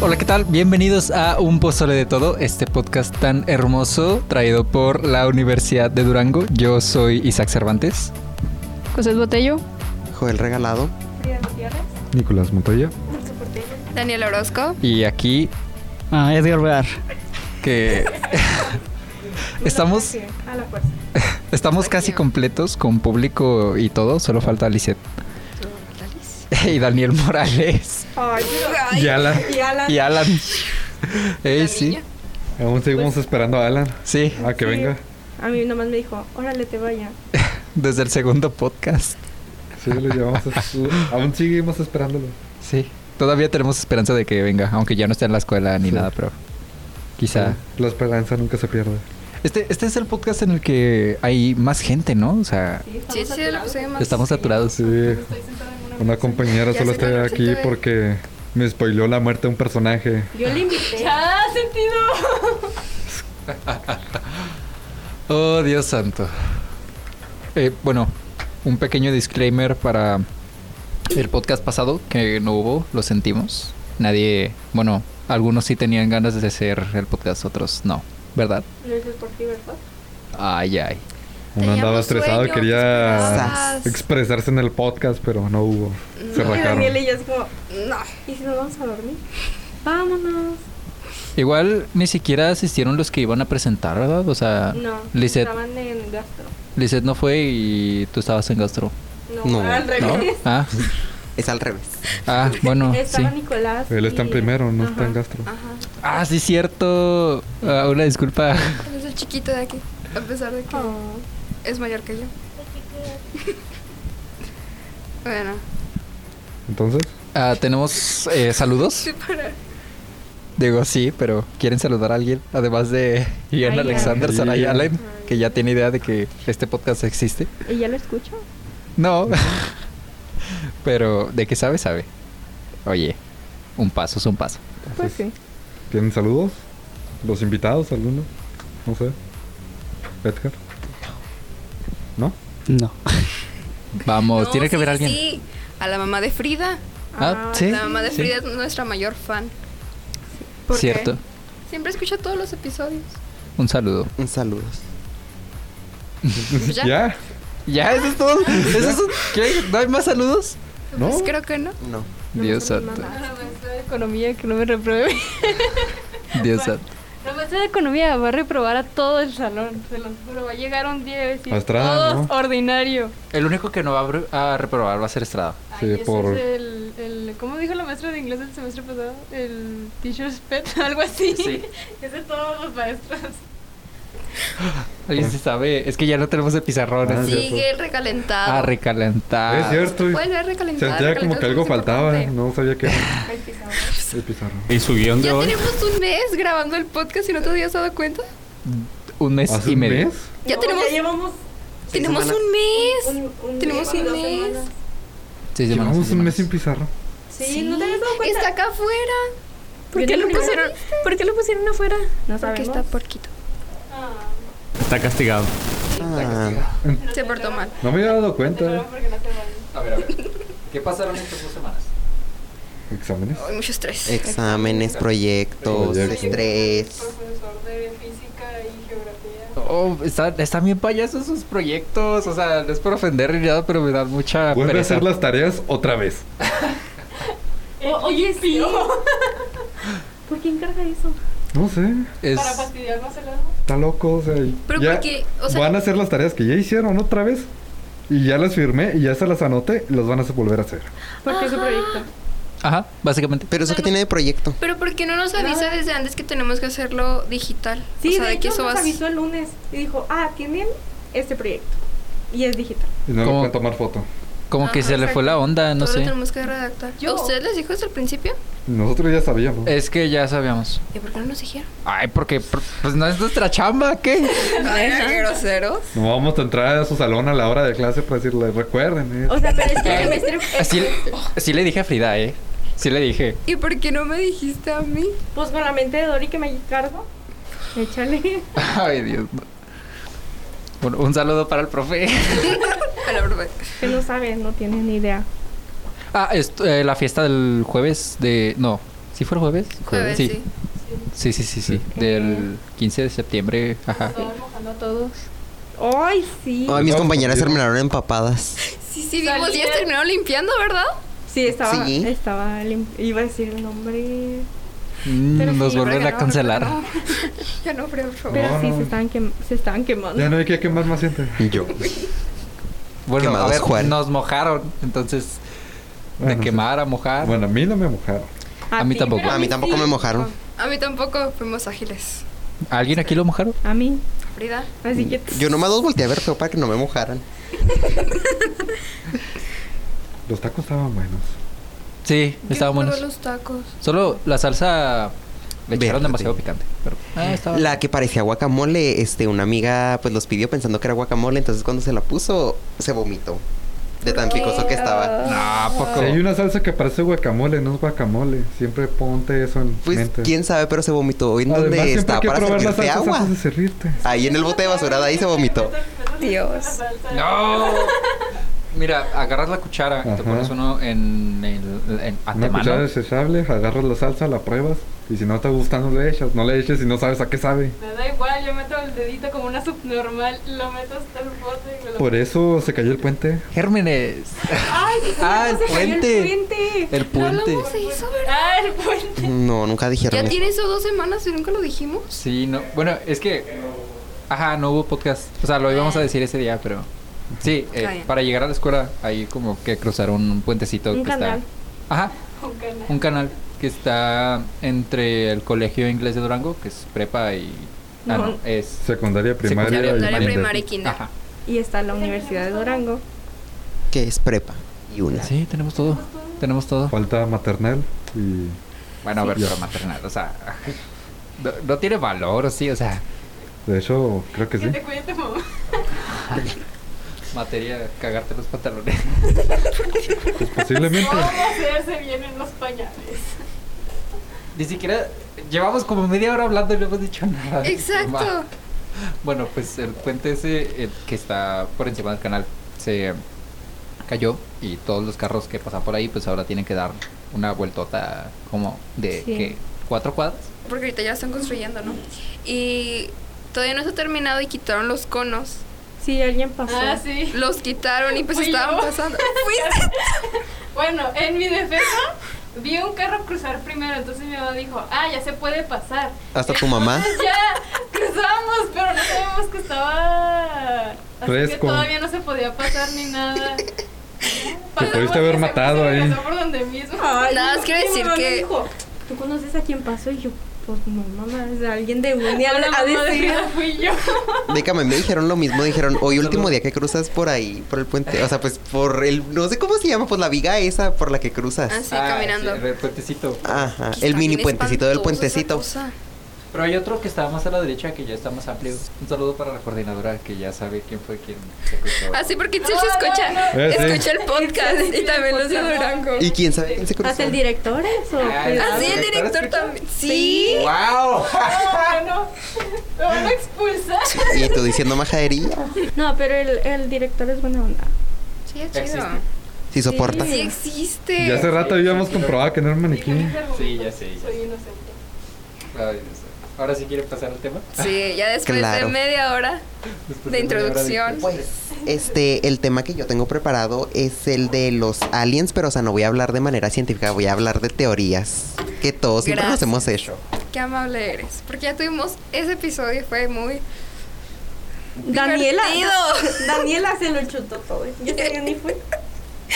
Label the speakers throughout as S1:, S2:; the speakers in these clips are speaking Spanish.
S1: Hola, ¿qué tal? Bienvenidos a Un Pozole de Todo, este podcast tan hermoso traído por la Universidad de Durango. Yo soy Isaac Cervantes.
S2: José Botello.
S3: Joel Regalado.
S4: Nicolás Montoya.
S5: Daniel Orozco.
S1: Y aquí
S6: Ah, Edgar Bear.
S1: que estamos,
S5: A la fuerza.
S1: estamos casi completos con público y todo, solo falta Lisette y Daniel Morales
S5: Ay,
S4: Y Alan.
S5: y Alan.
S1: y Alan. Ey, sí,
S5: niña.
S4: Aún seguimos esperando a Alan
S1: sí,
S4: a que
S7: Sí.
S4: venga.
S7: A mí nomás me dijo, órale, te vaya.
S1: desde el segundo podcast.
S4: Sí, lo llevamos. a- aún seguimos esperándolo.
S1: Sí, todavía tenemos esperanza de que venga, aunque ya no está en la escuela ni
S4: Sí.
S1: nada, pero quizá.
S4: La esperanza nunca se pierde.
S1: Este, este es el podcast en el que hay más gente, ¿no? O sea,
S5: Sí, sí, lo puse más.
S1: estamos saturados.
S4: Sí. Una compañera
S5: Ya
S4: solo
S5: se me
S4: está
S5: lo
S4: aquí
S5: siento, eh.
S4: porque me spoileó la muerte de un personaje.
S7: Yo le invité.
S5: Ya, sentido.
S1: Oh, Dios santo. Eh, bueno, un pequeño disclaimer para el podcast pasado, que no hubo, lo sentimos. Nadie, bueno, algunos sí tenían ganas de hacer el podcast, otros no, ¿verdad?
S7: Lo hice por ti, ¿verdad?
S1: Ay, ay.
S4: Uno
S5: Teníamos
S4: andaba estresado,
S5: sueño,
S4: quería
S5: desesperabas.
S4: expresarse en el podcast, pero no hubo. Se
S7: Y
S4: rajaron.
S7: Daniel y yo es como,
S5: No.
S7: ¿y si nos vamos a dormir? Vámonos.
S1: Igual ni siquiera asistieron los que iban a presentar, ¿verdad? O
S4: Ah,
S1: sea,
S7: No,
S1: Lisette,
S7: estaban en gastro.
S1: Lisette no fue y tú estabas en gastro.
S7: No,
S3: No,
S7: al revés.
S1: Ah,
S3: Es al revés.
S1: ah, bueno, sí.
S7: Estaba Nicolás.
S4: Él está en
S7: y-
S4: primero, no
S7: Ajá.
S4: está en gastro.
S7: Ajá.
S1: Ah, sí, cierto. Ah, una disculpa.
S5: Él Es el chiquito de aquí. A pesar de que
S7: Oh.
S5: es mayor que yo. bueno,
S4: Entonces,
S1: Ah, tenemos eh, saludos.
S5: sí, para.
S1: Digo, sí, pero ¿quieren saludar a alguien? Además de Ian
S7: Ay,
S1: Alexander
S4: ay.
S1: Saray
S4: Ay.
S1: Allen, que ya tiene idea de que este podcast existe.
S7: ¿Y ya lo escucho?
S1: No. pero de que sabe, sabe. Oye, un paso es un paso.
S7: Pues sí.
S4: ¿tienen saludos? ¿Los invitados alguno? No sé. Edgar. ¿No?
S6: No.
S1: Vamos,
S5: No,
S1: tiene que
S5: sí,
S1: haber alguien.
S5: Sí, a la mamá de Frida.
S1: Ah,
S7: Ah,
S1: sí.
S5: La mamá de
S1: sí,
S5: Frida es nuestra mayor fan.
S7: ¿Por qué?
S1: Cierto.
S5: Siempre escucha todos los episodios.
S1: Un saludo.
S3: Un saludos.
S5: Pues
S4: ¿Ya?
S5: ya.
S1: Ya, eso es todo. ¿Eso es- ¿Qué? ¿No hay más saludos?
S4: ¿No?
S5: Pues creo que no.
S3: No.
S7: No,
S1: Dios
S7: son mis
S1: santo.
S7: mamás.
S2: La maestra de economía que no me repruebe.
S1: Dios santo.
S2: La maestra de economía va a reprobar a todo el salón, se los juro. Va a llegar un día y va a decir,
S4: Maestra,
S2: todos
S4: ¿no?
S2: ordinario.
S1: El único que no va a re- a reprobar va a ser Estrada.
S4: Sí,
S2: Ay, eso
S4: por-
S2: es el, el- ¿Cómo dijo la maestra de inglés el semestre pasado? El teacher's pet, algo así.
S1: Sí.
S2: es de todos los maestros.
S1: Alguien se sabe. Es que ya no tenemos el pizarrón.
S4: Ah,
S1: es-
S4: sí.
S5: Sigue el recalentado.
S1: a recalentar.
S4: Es cierto. y
S5: Vuelve a recalentar.
S4: Sentía como
S5: recalentar
S4: que
S5: es
S4: algo
S5: muy
S4: faltaba.
S5: importante.
S4: No sabía qué era. El pizarro.
S8: Y su guión de
S5: Ya
S8: hoy.
S5: tenemos un mes grabando el podcast y no te habías dado cuenta.
S1: Un mes
S4: ¿Hace
S1: y
S4: un
S1: medio.
S4: mes?
S5: Ya
S7: No,
S5: tenemos,
S7: Ya llevamos
S5: tenemos
S3: semanas.
S5: un mes.
S7: un, un
S5: Tenemos
S7: mes,
S5: un
S7: dos
S5: mes.
S7: semanas.
S1: Sí, sí,
S4: Llevamos
S1: semanas,
S4: un mes sin
S1: semanas.
S4: pizarro.
S7: Sí, no te habías dado cuenta.
S5: Está acá afuera.
S7: Yo
S5: ¿Por qué
S7: no
S5: lo
S7: me había
S5: pusieron? ¿Por qué lo pusieron afuera? Porque
S7: No sabemos.
S5: está porquito.
S2: Ah,
S8: Está castigado.
S3: Ah,
S5: Se portó mal.
S4: No me había dado cuenta.
S1: A ver, a ver. ¿Qué pasaron estas dos semanas?
S4: Exámenes.
S5: Hay mucho estrés.
S3: exámenes, proyectos,
S4: Proyectos.
S3: estrés.
S2: Profesor de física y geografía.
S1: Oh, está- están bien payasos sus proyectos. O sea, no es por ofender ni nada, pero me dan mucha
S4: Vuelve a
S1: pereza.
S4: hacer las tareas otra vez.
S2: oye, sí.
S7: ¿Por ququién carga eso?
S4: No sé.
S1: Es-
S2: Para fastidiar más el
S4: Está loco. O sea, y
S5: Pero
S4: ya
S5: porque, o sea-
S4: van a hacer las tareas que ya hicieron otra vez. Y ya las firmé y ya se las anoté y las van a volver a hacer.
S2: Porque es su proyecto.
S1: Ajá, básicamente.
S3: Pero eso que tiene de proyecto.
S5: Pero ¿por qué no nos avisa desde antes que tenemos que hacerlo digital?
S7: Sí,
S5: o sea,
S7: de
S5: de, que
S7: hecho
S5: eso
S7: nos
S5: va a-
S7: avisó el lunes y dijo, ah, tienen este proyecto. Y es digital.
S4: Y no le
S1: ¿Cómo?
S4: pueden tomar foto.
S1: Como que
S5: Ajá,
S1: se le fue
S5: Ah, exacto.
S1: la onda, Ah, no
S5: Todo lo
S1: sé.
S5: tenemos que redactar.
S7: Yo-
S5: ¿A ustedes les dijo desde el principio?
S4: Nosotros ya sabíamos.
S1: Es que ya sabíamos.
S5: ¿Y por qué no nos dijeron?
S1: Ay, porque pr- pues no es nuestra chamba, ¿qué?
S5: Ay, qué groseros.
S4: No vamos a entrar a su salón a la hora de clase para decirle, recuerden. eh".
S7: O sea, pero es que el semestre...
S1: Así, así le dije a Frida, ¿eh? Sí le dije.
S5: ¿Y por qué no me dijiste a mí?
S7: Pues con la mente de Dori que me cargo. Échale.
S1: Ay, Dios. Bueno, un saludo para el profe.
S5: A la verdad.
S7: Que no saben, no tienen ni idea.
S1: Ah, esto, eh, la fiesta del jueves de... No, ¿Sí fue el jueves?
S5: Jueves, sí.
S1: Sí, sí, sí, sí. Del 15 de septiembre. Ajá.
S2: Estaban mojando a todos.
S7: Ay, sí.
S4: Ah,
S3: Ay, mis compañeras terminaron empapadas.
S5: Sí, sí, vimos.
S2: Salía-
S5: Ya terminaron limpiando, ¿verdad?
S7: Sí, estaba,
S3: Sí.
S7: estaba lim- iba a decir el nombre.
S1: Mm,
S7: Pero sí,
S1: Nos
S7: no,
S1: vuelven a
S7: no,
S1: cancelar.
S7: no.
S5: Ya no, pero por favor.
S7: Pero
S4: No,
S7: sí,
S4: no.
S7: se estaban, quem- se estaban quemando.
S4: Ya no hay que quemar más gente.
S3: Yo.
S1: Bueno, a
S3: Quemados,
S1: ver,
S3: Juan.
S1: nos mojaron. Entonces, de
S4: Bueno, sí.
S1: quemar a mojar.
S4: Bueno, a mí no me mojaron.
S1: a mí
S7: ti,
S1: tampoco.
S7: pero
S3: A mí tampoco
S7: sí.
S3: me mojaron.
S5: A mí tampoco fuimos ágiles.
S1: ¿A ¿Alguien aquí lo mojaron?
S7: A mí.
S5: Frida.
S7: Así que.
S3: Yo nomás los volteé a ver feo para que no me mojaran.
S4: Los tacos estaban buenos.
S1: Sí, estaban
S5: Yo probé
S1: buenos.
S5: los tacos.
S1: Solo la salsa le
S3: Verde.
S1: echaron demasiado picante. Pero, ah, estaba-
S3: La que parecía guacamole, este, una amiga pues los pidió pensando que era guacamole, entonces cuando se la puso, se vomitó. De tan picoso que estaba.
S1: No, ¿a poco.
S4: Si hay una salsa que parece guacamole, no es guacamole. Siempre ponte eso en
S3: Pues
S4: mente.
S3: quién sabe, pero se vomitó. ¿En
S4: Además,
S3: dónde
S4: siempre
S3: está?
S4: hay que
S3: Para
S4: probar las
S3: servirte
S4: salsas
S3: agua.
S4: antes de servirte.
S3: Ahí en el bote de basura, de ahí se vomitó.
S5: Oh,
S7: Dios.
S1: No. Mira, agarras la cuchara, te
S4: Ajá.
S1: pones uno en el en,
S3: Ah,
S4: Una
S1: antemano.
S4: cuchara desechable, agarras la salsa, la pruebas. Y si no te gusta, no le echas. No le eches y no sabes a qué sabe.
S2: Me da igual, yo meto el dedito como una subnormal, lo meto hasta el bote y me lo...
S4: Por eso se cayó el puente.
S1: Gérmenes.
S7: Ay, sí,
S1: Ah,
S7: no
S1: el
S7: se cayó
S1: puente.
S7: El puente.
S1: El puente.
S5: ¿Cómo se hizo?
S2: Ah, el puente.
S3: No, nunca dijeron
S5: Ya
S3: eso.
S5: tiene eso dos semanas y nunca lo dijimos.
S1: Sí, no. Bueno, es que ajá, no hubo podcast. O sea, lo íbamos a decir ese día, pero sí, eh,
S5: Ah, ya.
S1: para llegar a la escuela hay como que cruzar un puentecito
S7: Un
S1: que
S7: canal.
S1: está Ajá,
S2: Un canal.
S1: un canal que está entre el Colegio Inglés de Durango, que es prepa y ah,
S7: No.
S1: no, es
S4: Secundaria, primaria.
S1: Secundaria,
S4: y
S5: Secundaria,
S4: kinder.
S5: primaria y kinder.
S1: Ajá.
S7: Y está la Universidad de Durango.
S3: Que es prepa. Y una.
S1: Sí, tenemos todo. Tenemos todo.
S4: Falta maternal y
S1: Bueno, a ver,
S4: Ya.
S1: pero maternal, o sea, no, no tiene valor, sí, o sea,
S4: de hecho creo que
S2: Que
S4: sí.
S2: te cuide tu mamá.
S1: materia cagarte los pantalones.
S4: Pues posiblemente.
S2: ¿Cómo hacerse bien en los pañales?
S1: Ni siquiera llevamos como media hora hablando y no hemos dicho nada. de ese tema.
S5: Exacto.
S1: Bueno, pues el puente ese eh, que está por encima del canal se cayó y todos los carros que pasan por ahí pues ahora tienen que dar una vueltota como de
S7: Sí.
S1: ¿qué? cuatro cuadras.
S5: Porque ahorita ya lo están construyendo, ¿no? Y todavía no está terminado y quitaron los conos.
S7: Sí, alguien pasó.
S2: Ah, sí.
S5: Los quitaron y pues
S2: Fui
S5: estaban
S2: yo.
S5: pasando. Fuiste.
S2: Bueno, en mi defensa, vi un carro cruzar primero, entonces mi mamá dijo, ah, ya se puede pasar.
S3: Hasta tu mamá.
S2: Entonces ya cruzamos, pero no sabíamos que estaba... Así
S4: Fresco.
S2: que todavía no se podía pasar ni nada. Pasamos
S4: pudiste haber
S2: y se-
S4: matado
S2: se
S4: ahí.
S2: regresó por donde mismo.
S7: Ay,
S5: Nada más
S7: no,
S5: quiero
S7: mi
S5: decir
S7: mamá me
S5: que-
S7: dijo, ¿Tú conoces a quién pasó? Y yo, pues no, mamá. O sea, alguien de
S2: Y
S7: Unia
S2: a la
S7: ha de
S2: mamá de
S7: ser.
S2: Frida fui yo.
S3: Déjame, me dijeron lo mismo. Dijeron, hoy último día que cruzas por ahí, por el puente. O sea, pues por el. No sé cómo se llama, pues la viga esa por la que cruzas.
S5: Ah, Sí, Pues caminando.
S1: sí, el puentecito.
S3: Ajá.
S5: Está
S3: El mini
S5: bien
S3: puentecito del
S5: espantosa esa
S3: puentecito.
S5: cosa.
S1: Pero hay otro que está más a la derecha que ya está más amplio. Un saludo para la coordinadora que ya sabe quién fue quien se cruzó.
S5: Así Ah, porque Itzel se
S2: No, no,
S5: escucha,
S2: no.
S4: Eh, sí.
S5: escucha el podcast y también los de Durango.
S3: Y quién sabe quién se cruzó.
S7: ¿Hasta el director eso?
S1: Ah,
S5: Ah, sí,
S1: ¿El director
S5: el director
S1: escucha?
S5: también. Sí.
S1: ¡Wow!
S2: No, no. Me van a expulsar.
S3: Y tú diciendo majadería.
S7: No, pero el, el director es buena onda.
S5: Sí, es chido.
S1: Existe.
S3: Si soportas.
S5: Sí existe.
S4: Y hace rato habíamos
S1: Sí.
S4: comprobado que no era un maniquí.
S1: Sí, ya sé, ya
S2: pues, Soy
S1: sé.
S2: inocente.
S1: Ay, no Ah, sé. Ahora sí quiere pasar al tema.
S5: Sí, ya después
S3: Claro.
S5: de media hora.
S1: Después una
S5: De
S1: hora
S5: introducción.
S3: Pues, este, el tema que yo tengo preparado es el de los aliens, pero o sea, no voy a hablar de manera científica, voy a hablar de teorías que todos siempre nos
S5: Gracias.
S3: hemos hecho.
S5: Qué amable eres. Porque ya tuvimos ese episodio y fue muy.
S7: Daniela.
S5: Divertido.
S7: Daniela se lo chutó todo. Yo sabía ni fue.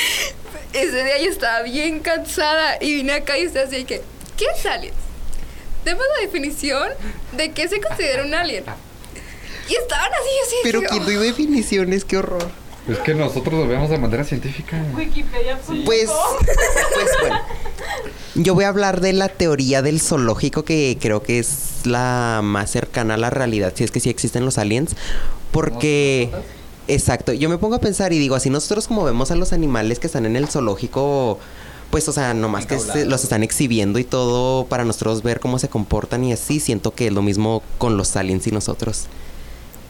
S5: Ese día yo estaba bien cansada y vine acá y está así que, ¿qué es aliens? Demos la definición de qué se considera un alien. Y estaban así, así.
S3: Pero
S5: así,
S3: que
S5: oh.
S3: doy definiciones, qué horror.
S4: Es que nosotros lo vemos de manera científica.
S2: Wikipedia. punto
S3: Pues,
S2: com.
S3: pues bueno. Yo voy a hablar de la teoría del zoológico que creo que es la más cercana a la realidad, si es que sí existen los aliens, porque...
S1: ¿Mascotas?
S3: Exacto, yo me pongo a pensar y digo, así nosotros como vemos a los animales que están en el zoológico, pues o sea, nomás que se-
S1: Enjaulados.
S3: los están exhibiendo y todo para nosotros ver cómo se comportan y así, siento que es lo mismo con los aliens y nosotros.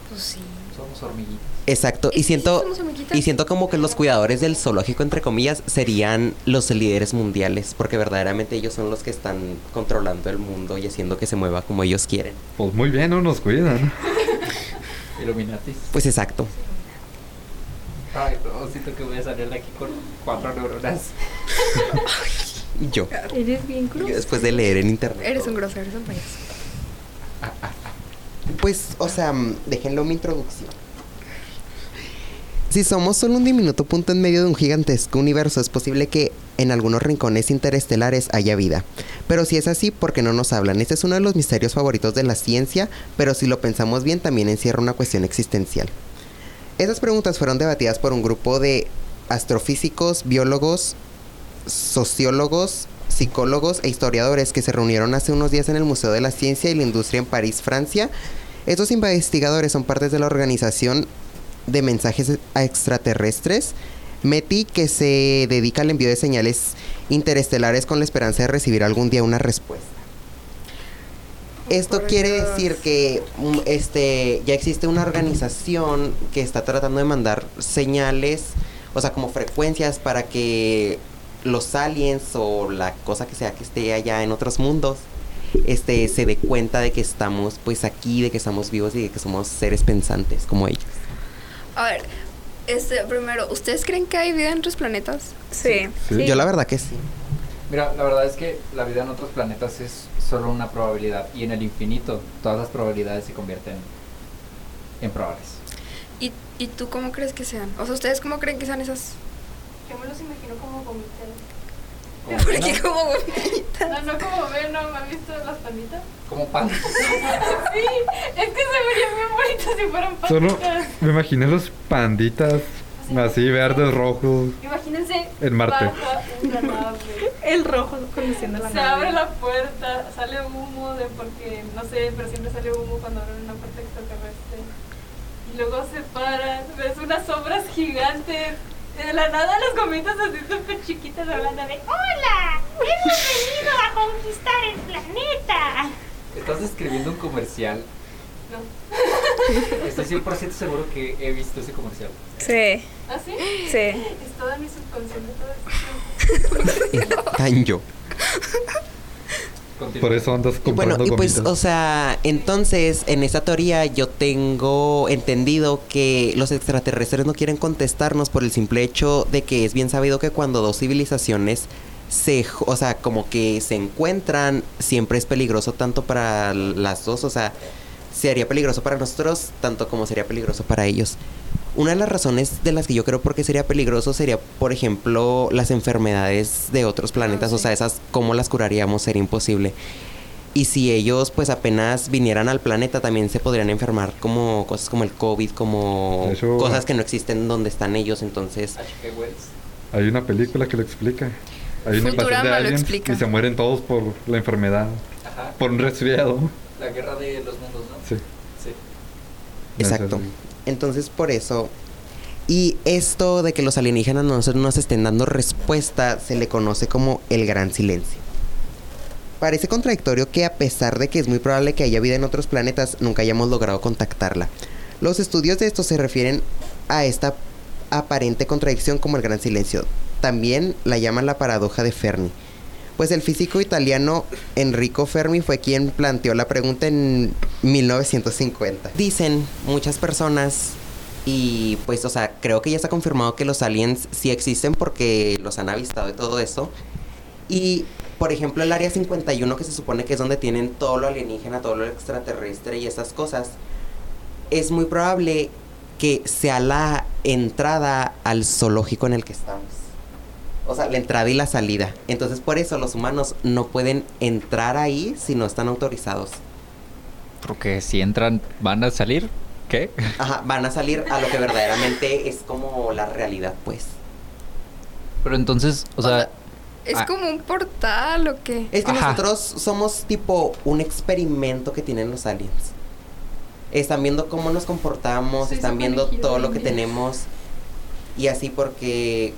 S5: Pues sí.
S1: Somos hormiguitas.
S3: Exacto, y
S5: Es que
S3: siento,
S5: somos amiguitas.
S3: y siento como que los cuidadores del zoológico, entre comillas, serían los líderes mundiales, porque verdaderamente ellos son los que están controlando el mundo y haciendo que se mueva como ellos quieren.
S4: Pues muy bien, ¿no? Nos cuidan.
S1: Illuminatis.
S3: Pues exacto.
S1: Ay, no, siento que voy a salir de aquí con cuatro neuronas.
S3: Yo,
S5: Ah,
S7: Eres bien
S3: yo
S7: cruz.
S3: después de leer en internet.
S5: Eres
S3: todo.
S5: un grosero, eres un payaso.
S3: Pues, o sea, mm, déjenlo mi introducción. Si somos solo un diminuto punto en medio de un gigantesco universo, es posible que en algunos rincones interestelares haya vida. Pero si es así, ¿por qué no nos hablan? Este es uno de los misterios favoritos de la ciencia, pero si lo pensamos bien, también encierra una cuestión existencial. Esas preguntas fueron debatidas por un grupo de astrofísicos, biólogos, sociólogos, psicólogos e historiadores que se reunieron hace unos días en el Museo de la Ciencia y la Industria en París, Francia. Estos investigadores son partes de la organización de mensajes a extraterrestres, METI, que se dedica al envío de señales interestelares con la esperanza de recibir algún día una respuesta. Esto quiere decir que mm, este, ya existe una organización que está tratando de mandar señales, o sea, como frecuencias para que los aliens o la cosa que sea que esté allá en otros mundos este se dé cuenta de que estamos pues aquí, de que estamos vivos y de que somos seres pensantes como ellos.
S5: A ver, este, primero, ¿ustedes creen que hay vida en otros planetas?
S7: Sí.
S4: Sí.
S3: Yo la verdad que sí.
S1: Mira, la verdad es que la vida en otros planetas es solo una probabilidad y en el infinito todas las probabilidades se convierten en probables.
S5: ¿Y, ¿Y tú cómo crees que sean? O sea, ¿ustedes cómo creen que sean esas?
S2: Yo me los imagino como vomitan.
S1: Como,
S5: Porque como...
S2: No, no como ven, ¿no? ¿Han visto las panditas?
S1: como pan.
S2: Sí, es que se verían bien bonitas si fueran
S4: Solo
S2: panditas.
S4: me imaginé los panditas así, verdes, rojos.
S2: Imagínense.
S4: En Marte.
S2: Baja una nave.
S7: El rojo conduciendo la
S2: Se abre la puerta, sale humo de porque, no sé, pero siempre sale humo cuando abren una puerta extraterrestre. Y luego se paran, ves unas sombras gigantes. y De la nada las gomitas así súper chiquitas hablando de "Ah,
S6: ¡Hola! ¡Hemos venido a conquistar el planeta!
S1: Estás describiendo un comercial.
S2: No.
S1: Estoy 100% seguro que he visto ese comercial.
S7: Sí,
S2: ¿Así?
S7: sí.
S2: ¿Ah, Es todo en mi subconsciente todo esto.
S3: Eh, Tan yo.
S1: Continúa.
S4: Por eso andas
S3: Y bueno,
S4: comprando
S3: y pues, o
S4: gomitas.
S3: sea, entonces, en esa teoría yo tengo entendido que los extraterrestres no quieren contestarnos por el simple hecho de que es bien sabido que cuando dos civilizaciones se, ju- o sea, como que se encuentran, siempre es peligroso tanto para las dos, o sea, sería peligroso para nosotros tanto como sería peligroso para ellos. Una de las razones de las que yo creo por qué sería peligroso sería, por ejemplo, las enfermedades de otros planetas, o sea, esas, ¿cómo las curaríamos? Sería imposible. Y si ellos pues apenas vinieran al planeta también se podrían enfermar como cosas como el COVID, como
S4: De hecho-
S3: cosas que no existen donde están ellos, entonces
S1: H.G. Wells.
S4: Hay una película que lo explica. Hay una invasión
S5: Futurama
S4: de
S5: lo
S4: aliens
S5: explica.
S4: y se mueren todos por la enfermedad,
S1: Ajá.
S4: por un resfriado.
S1: La guerra de los mundos, ¿no?
S4: Sí.
S1: Sí.
S3: Exacto.
S4: Gracias.
S3: Entonces, por eso. Y esto de que los alienígenas no se- nos estén dando respuesta se le conoce como el gran silencio. Parece contradictorio que a pesar de que es muy probable que haya vida en otros planetas, nunca hayamos logrado contactarla. Los estudios de esto se refieren a esta aparente contradicción como el gran silencio. También la llaman la paradoja de Fermi. Pues el físico italiano Enrico Fermi fue quien planteó la pregunta en 1950. Dicen muchas personas y pues o sea, creo que ya está confirmado que los aliens sí existen porque los han avistado y todo eso. Y por ejemplo, el área 51 que se supone que es donde tienen todo lo alienígena, todo lo extraterrestre y esas cosas, es muy probable que sea la entrada al zoológico en el que estamos. O sea, la entrada y la salida. Entonces, por eso los humanos no pueden entrar ahí si no están autorizados.
S1: Porque si entran, ¿van a salir? ¿Qué?
S3: Ajá, van a salir a lo que verdaderamente es como la realidad, pues.
S1: Pero entonces, o sea,
S5: ¿Es
S1: Ah.
S5: como un portal o qué?
S3: Es que
S1: Ajá.
S3: nosotros somos tipo un experimento que tienen los aliens. Están viendo cómo nos comportamos,
S2: Sí,
S3: están
S2: son
S3: viendo
S2: conejillos
S3: todo
S2: de
S3: lo que
S2: Indias.
S3: tenemos. Y así porque,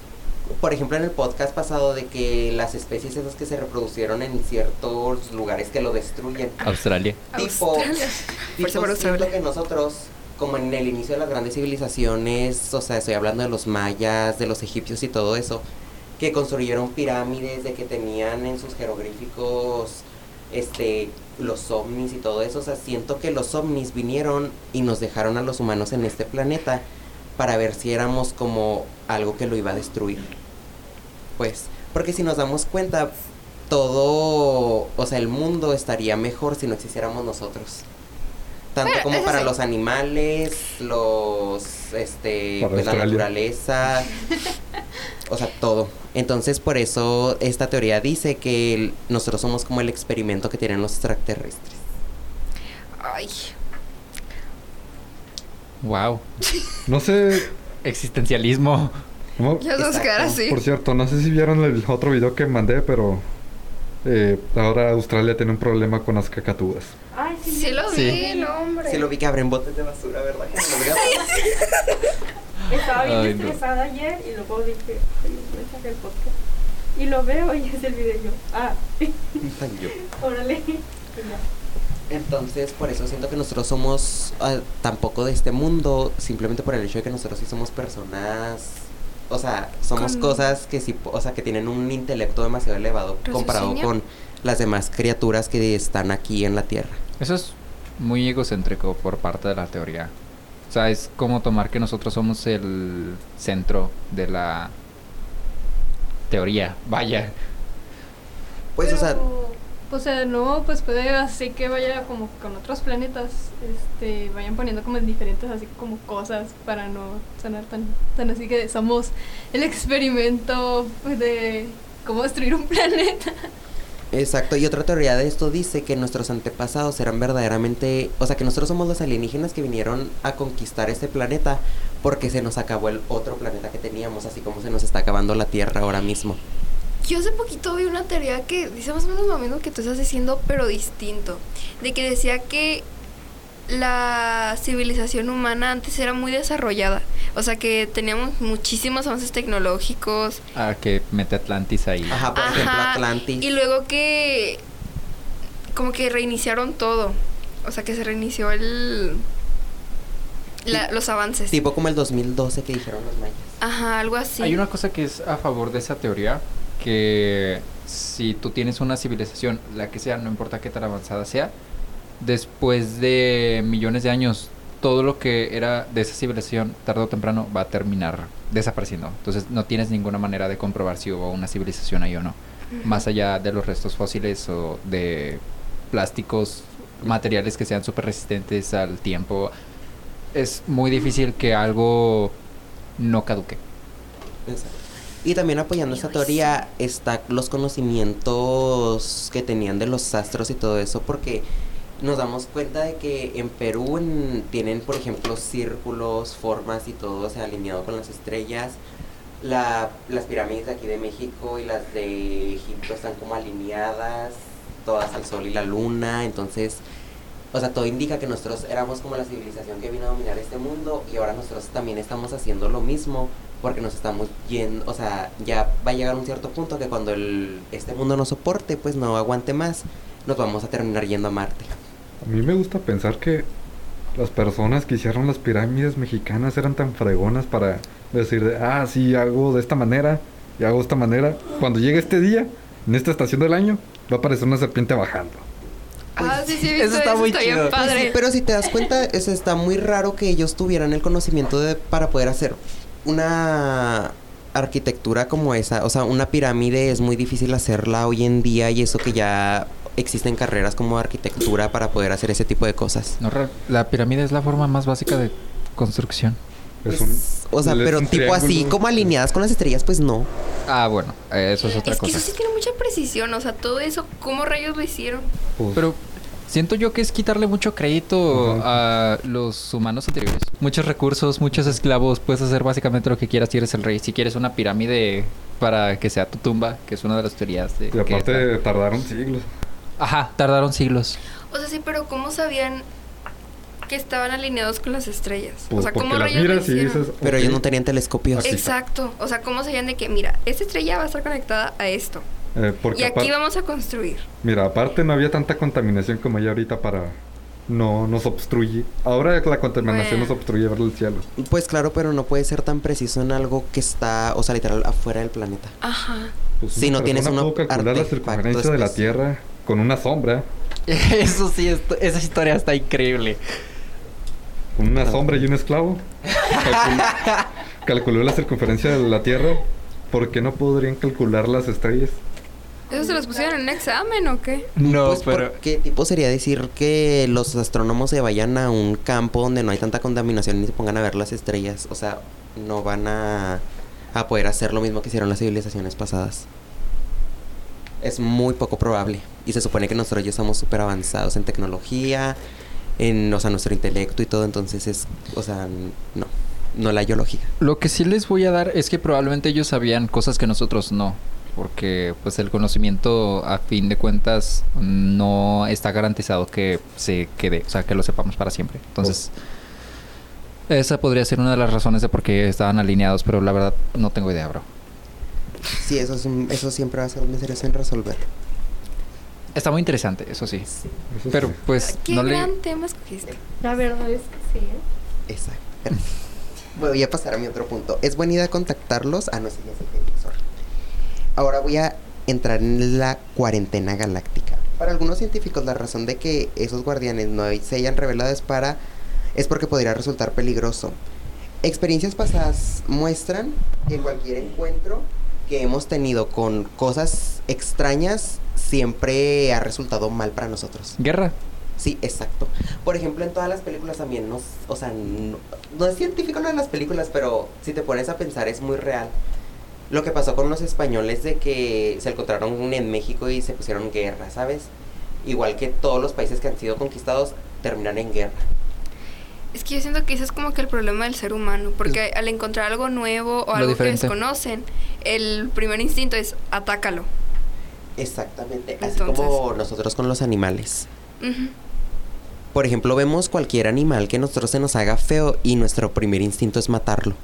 S3: por ejemplo, en el podcast pasado de que las especies esas que se reproducieron en ciertos lugares que lo destruyen,
S1: Australia.
S3: tipo,
S5: Australia.
S3: tipo
S5: Fuerza por
S3: Pues siento
S5: Australia.
S3: que nosotros como en el inicio de las grandes civilizaciones, o sea, estoy hablando de los mayas, de los egipcios y todo eso, que construyeron pirámides, de que tenían en sus jeroglíficos este los ovnis y todo eso, o sea, siento que los ovnis vinieron y nos dejaron a los humanos en este planeta para ver si éramos como algo que lo iba a destruir. Pues, porque si nos damos cuenta, todo, o sea, el mundo estaría mejor si no existiéramos nosotros. Tanto
S5: Pero,
S3: como
S5: eso
S3: para
S5: sí.
S3: los animales, los, este,
S4: Para
S3: pues, la
S4: Australia.
S3: naturaleza, o sea, todo. Entonces, por eso esta teoría dice que el- nosotros somos como el experimento que tienen los extraterrestres.
S5: Ay,
S1: Wow.
S4: No sé,
S1: Existencialismo.
S4: ¿cómo?
S5: ya nos vamos a quedar
S3: Exacto.
S5: así.
S4: Por cierto, no sé si vieron el otro video que mandé, pero eh, ahora Australia tiene un problema con las cacatúas.
S7: Ay, sí.
S5: Sí lo vi,
S1: Sí.
S5: no, hombre.
S3: Sí lo vi que abren botes de basura, ¿verdad? Que se lo vean.
S7: Estaba bien
S1: Ay, no.
S7: estresada ayer y luego dije, "Ay, voy a sacar el podcast. Y lo veo y es el video y yo. Ah,
S3: Tan yo.
S7: órale. Y ya.
S3: Entonces, por eso siento que nosotros somos ah, tampoco de este mundo, simplemente por el hecho de que nosotros sí somos personas, o sea, somos
S5: Con-
S3: cosas que sí, po- o sea, que tienen un intelecto demasiado elevado comparado
S5: Raciocinio.
S3: con las demás criaturas que están aquí en la Tierra.
S1: Eso es muy egocéntrico por parte de la teoría. O sea, es como tomar que nosotros somos el centro de la teoría. Vaya.
S3: Pues, o sea,
S2: Pero, o sea, no, pues puede así que vaya como con otros planetas, este, vayan poniendo como en diferentes así como cosas para no sonar tan, tan así que somos el experimento pues, de cómo destruir un planeta.
S3: exacto. Y otra teoría de esto dice que nuestros antepasados eran verdaderamente, o sea, que nosotros somos los alienígenas que vinieron a conquistar este planeta porque se nos acabó el otro planeta que teníamos, así como se nos está acabando la Tierra ahora mismo.
S5: Yo hace poquito vi una teoría que dice más o menos lo mismo que tú estás diciendo, pero distinto. De que decía que la civilización humana antes era muy desarrollada. O sea que teníamos muchísimos avances tecnológicos.
S1: Ah, que mete Atlantis ahí.
S3: Ajá, Ah, por ejemplo,
S5: Ajá,
S3: Atlantis.
S5: Y luego que como que reiniciaron todo. O sea que se reinició el la- los avances.
S3: Tipo como el 2012 que dijeron los mayas.
S5: Ajá, algo así.
S1: Hay una cosa que es a favor de esa teoría, que si tú tienes una civilización, la que sea, no importa qué tan avanzada sea, después de millones de años, todo lo que era de esa civilización, tarde o temprano, va a terminar desapareciendo. Entonces no tienes ninguna manera de comprobar si hubo una civilización ahí o no, más allá de los restos fósiles o de plásticos, materiales que sean súper resistentes al tiempo. Es muy difícil que algo no caduque.
S3: Exacto. Y también apoyando esta teoría está los conocimientos que tenían de los astros y todo eso, porque nos damos cuenta de que en Perú en- tienen, por ejemplo, círculos, formas y todo, o sea, alineado con las estrellas. La- las pirámides de aquí de México y las de Egipto están como alineadas, todas al sol y la luna, entonces, o sea, todo indica que nosotros éramos como la civilización que vino a dominar este mundo y ahora nosotros también estamos haciendo lo mismo porque nos estamos yendo, o sea, ya va a llegar un cierto punto que cuando el, este mundo no soporte, pues no aguante más, nos vamos a terminar yendo a Marte.
S4: A mí me gusta pensar que las personas que hicieron las pirámides mexicanas eran tan fregonas para decir, de, ah, sí, hago de esta manera y hago de esta manera. Cuando llegue este día, en esta estación del año, va a aparecer una serpiente bajando.
S5: Ah, sí, sí, he
S1: Pues, Eso
S5: visto
S1: está
S5: eso está,
S1: muy
S5: bien
S1: chido.
S5: padre.
S3: Pues Sí, pero si te das cuenta, es- está muy raro que ellos tuvieran el conocimiento de, para poder hacer una arquitectura como esa. O sea, una pirámide es muy difícil hacerla hoy en día y eso que ya existen carreras como arquitectura para poder hacer ese tipo de cosas.
S1: No, re- la pirámide es la forma más básica de construcción.
S4: Es un-
S3: O sea,
S4: es
S3: pero
S4: un
S3: tipo así,
S4: triángulo.
S3: como alineadas con las estrellas, pues no.
S1: Ah, bueno, eh, eso es otra
S5: es que
S1: cosa.
S5: eso sí tiene mucha precisión, o sea, todo eso, ¿cómo rayos lo hicieron?
S4: Pues,
S1: Pero siento yo que es quitarle mucho crédito a los humanos anteriores. Muchos recursos, muchos esclavos, puedes hacer básicamente lo que quieras si eres el rey. Si quieres una pirámide para que sea tu tumba, que es una de las teorías de...
S4: y
S1: que-
S4: aparte tardaron siglos.
S1: Ajá, tardaron siglos.
S5: O sea, sí, pero ¿cómo sabían que estaban alineados con las estrellas?
S4: Pues
S5: o sea,
S4: porque
S5: ¿cómo
S4: las
S5: rayos lo
S4: miras y
S5: hicieron?
S4: dices... "Ah,
S3: Pero
S4: "Ok".
S3: ellos no tenían telescopios.
S4: Aquí.
S5: Exacto, o sea, ¿cómo sabían de que, mira, esta estrella va a estar conectada a esto?
S4: Eh, porque
S5: Y aquí
S4: apar-
S5: vamos a construir.
S4: Mira, aparte no había tanta contaminación como hay ahorita para No, nos obstruye. Ahora la contaminación
S5: Bueno.
S4: nos obstruye ver el cielo.
S3: Pues claro, pero no puede ser tan preciso en algo que está, o sea, literal, afuera del planeta.
S5: Ajá.
S4: Pues
S3: Si no tienes
S4: persona
S3: un
S4: pudo calcular la
S3: artefacto
S4: circunferencia de la
S3: espe-
S4: Tierra con una sombra,
S1: Eso sí, esto- esa historia está increíble.
S4: con una sombra y un esclavo. Calculó, calculó la circunferencia de la Tierra. ¿Por qué no podrían calcular las estrellas?
S5: ¿Eso se los pusieron en un examen o qué?
S1: No,
S3: Pues,
S1: pero
S3: ¿por ¿Qué tipo sería decir que los astrónomos se vayan a un campo donde no hay tanta contaminación y se pongan a ver las estrellas? O sea, no van a, a poder hacer lo mismo que hicieron las civilizaciones pasadas. Es muy poco probable. Y se supone que nosotros ya somos súper avanzados en tecnología, en, o sea, nuestro intelecto y todo. Entonces es, o sea, n- no. No la geología.
S1: lo que sí les voy a dar es que probablemente ellos sabían cosas que nosotros no. Porque pues el conocimiento a fin de cuentas no está garantizado que se quede, o sea, que lo sepamos para siempre. Entonces, esa podría ser una de las razones de por qué estaban alineados, pero la verdad no tengo idea, bro.
S3: Sí, eso, es un- eso siempre va a ser un misterio sin resolver.
S1: Está muy interesante, eso sí.
S4: Eso
S1: Pero
S4: sí.
S1: pues
S5: ¿Qué
S1: no le...
S5: gran tema escogiste?
S7: La verdad es que sí, ¿eh?
S3: Exacto. Voy a pasar a mi otro punto. ¿Es buena idea contactarlos? Ah, no, sí, ya sé que sorry. Ahora voy a entrar en la cuarentena galáctica. Para algunos científicos, la razón de que esos guardianes no se hayan revelado es para... es porque podría resultar peligroso. Experiencias pasadas muestran que cualquier encuentro que hemos tenido con cosas extrañas siempre ha resultado mal para nosotros.
S1: Guerra.
S3: Sí, exacto. Por ejemplo, en todas las películas también, nos, o sea, no, no es científico no en las películas, pero si te pones a pensar es muy real. Lo que pasó con los españoles de que se encontraron en México y se pusieron guerra, ¿sabes? Igual que todos los países que han sido conquistados terminan en guerra.
S5: Es que yo siento que ese es como que el problema del ser humano, porque al encontrar algo nuevo o
S1: Lo
S5: algo
S1: diferente.
S5: que desconocen, el primer instinto es atácalo.
S3: Exactamente, así como
S5: Entonces-
S3: nosotros con los animales.
S5: Ujú.
S3: Por ejemplo, vemos cualquier animal que a nosotros se nos haga feo y nuestro primer instinto es matarlo.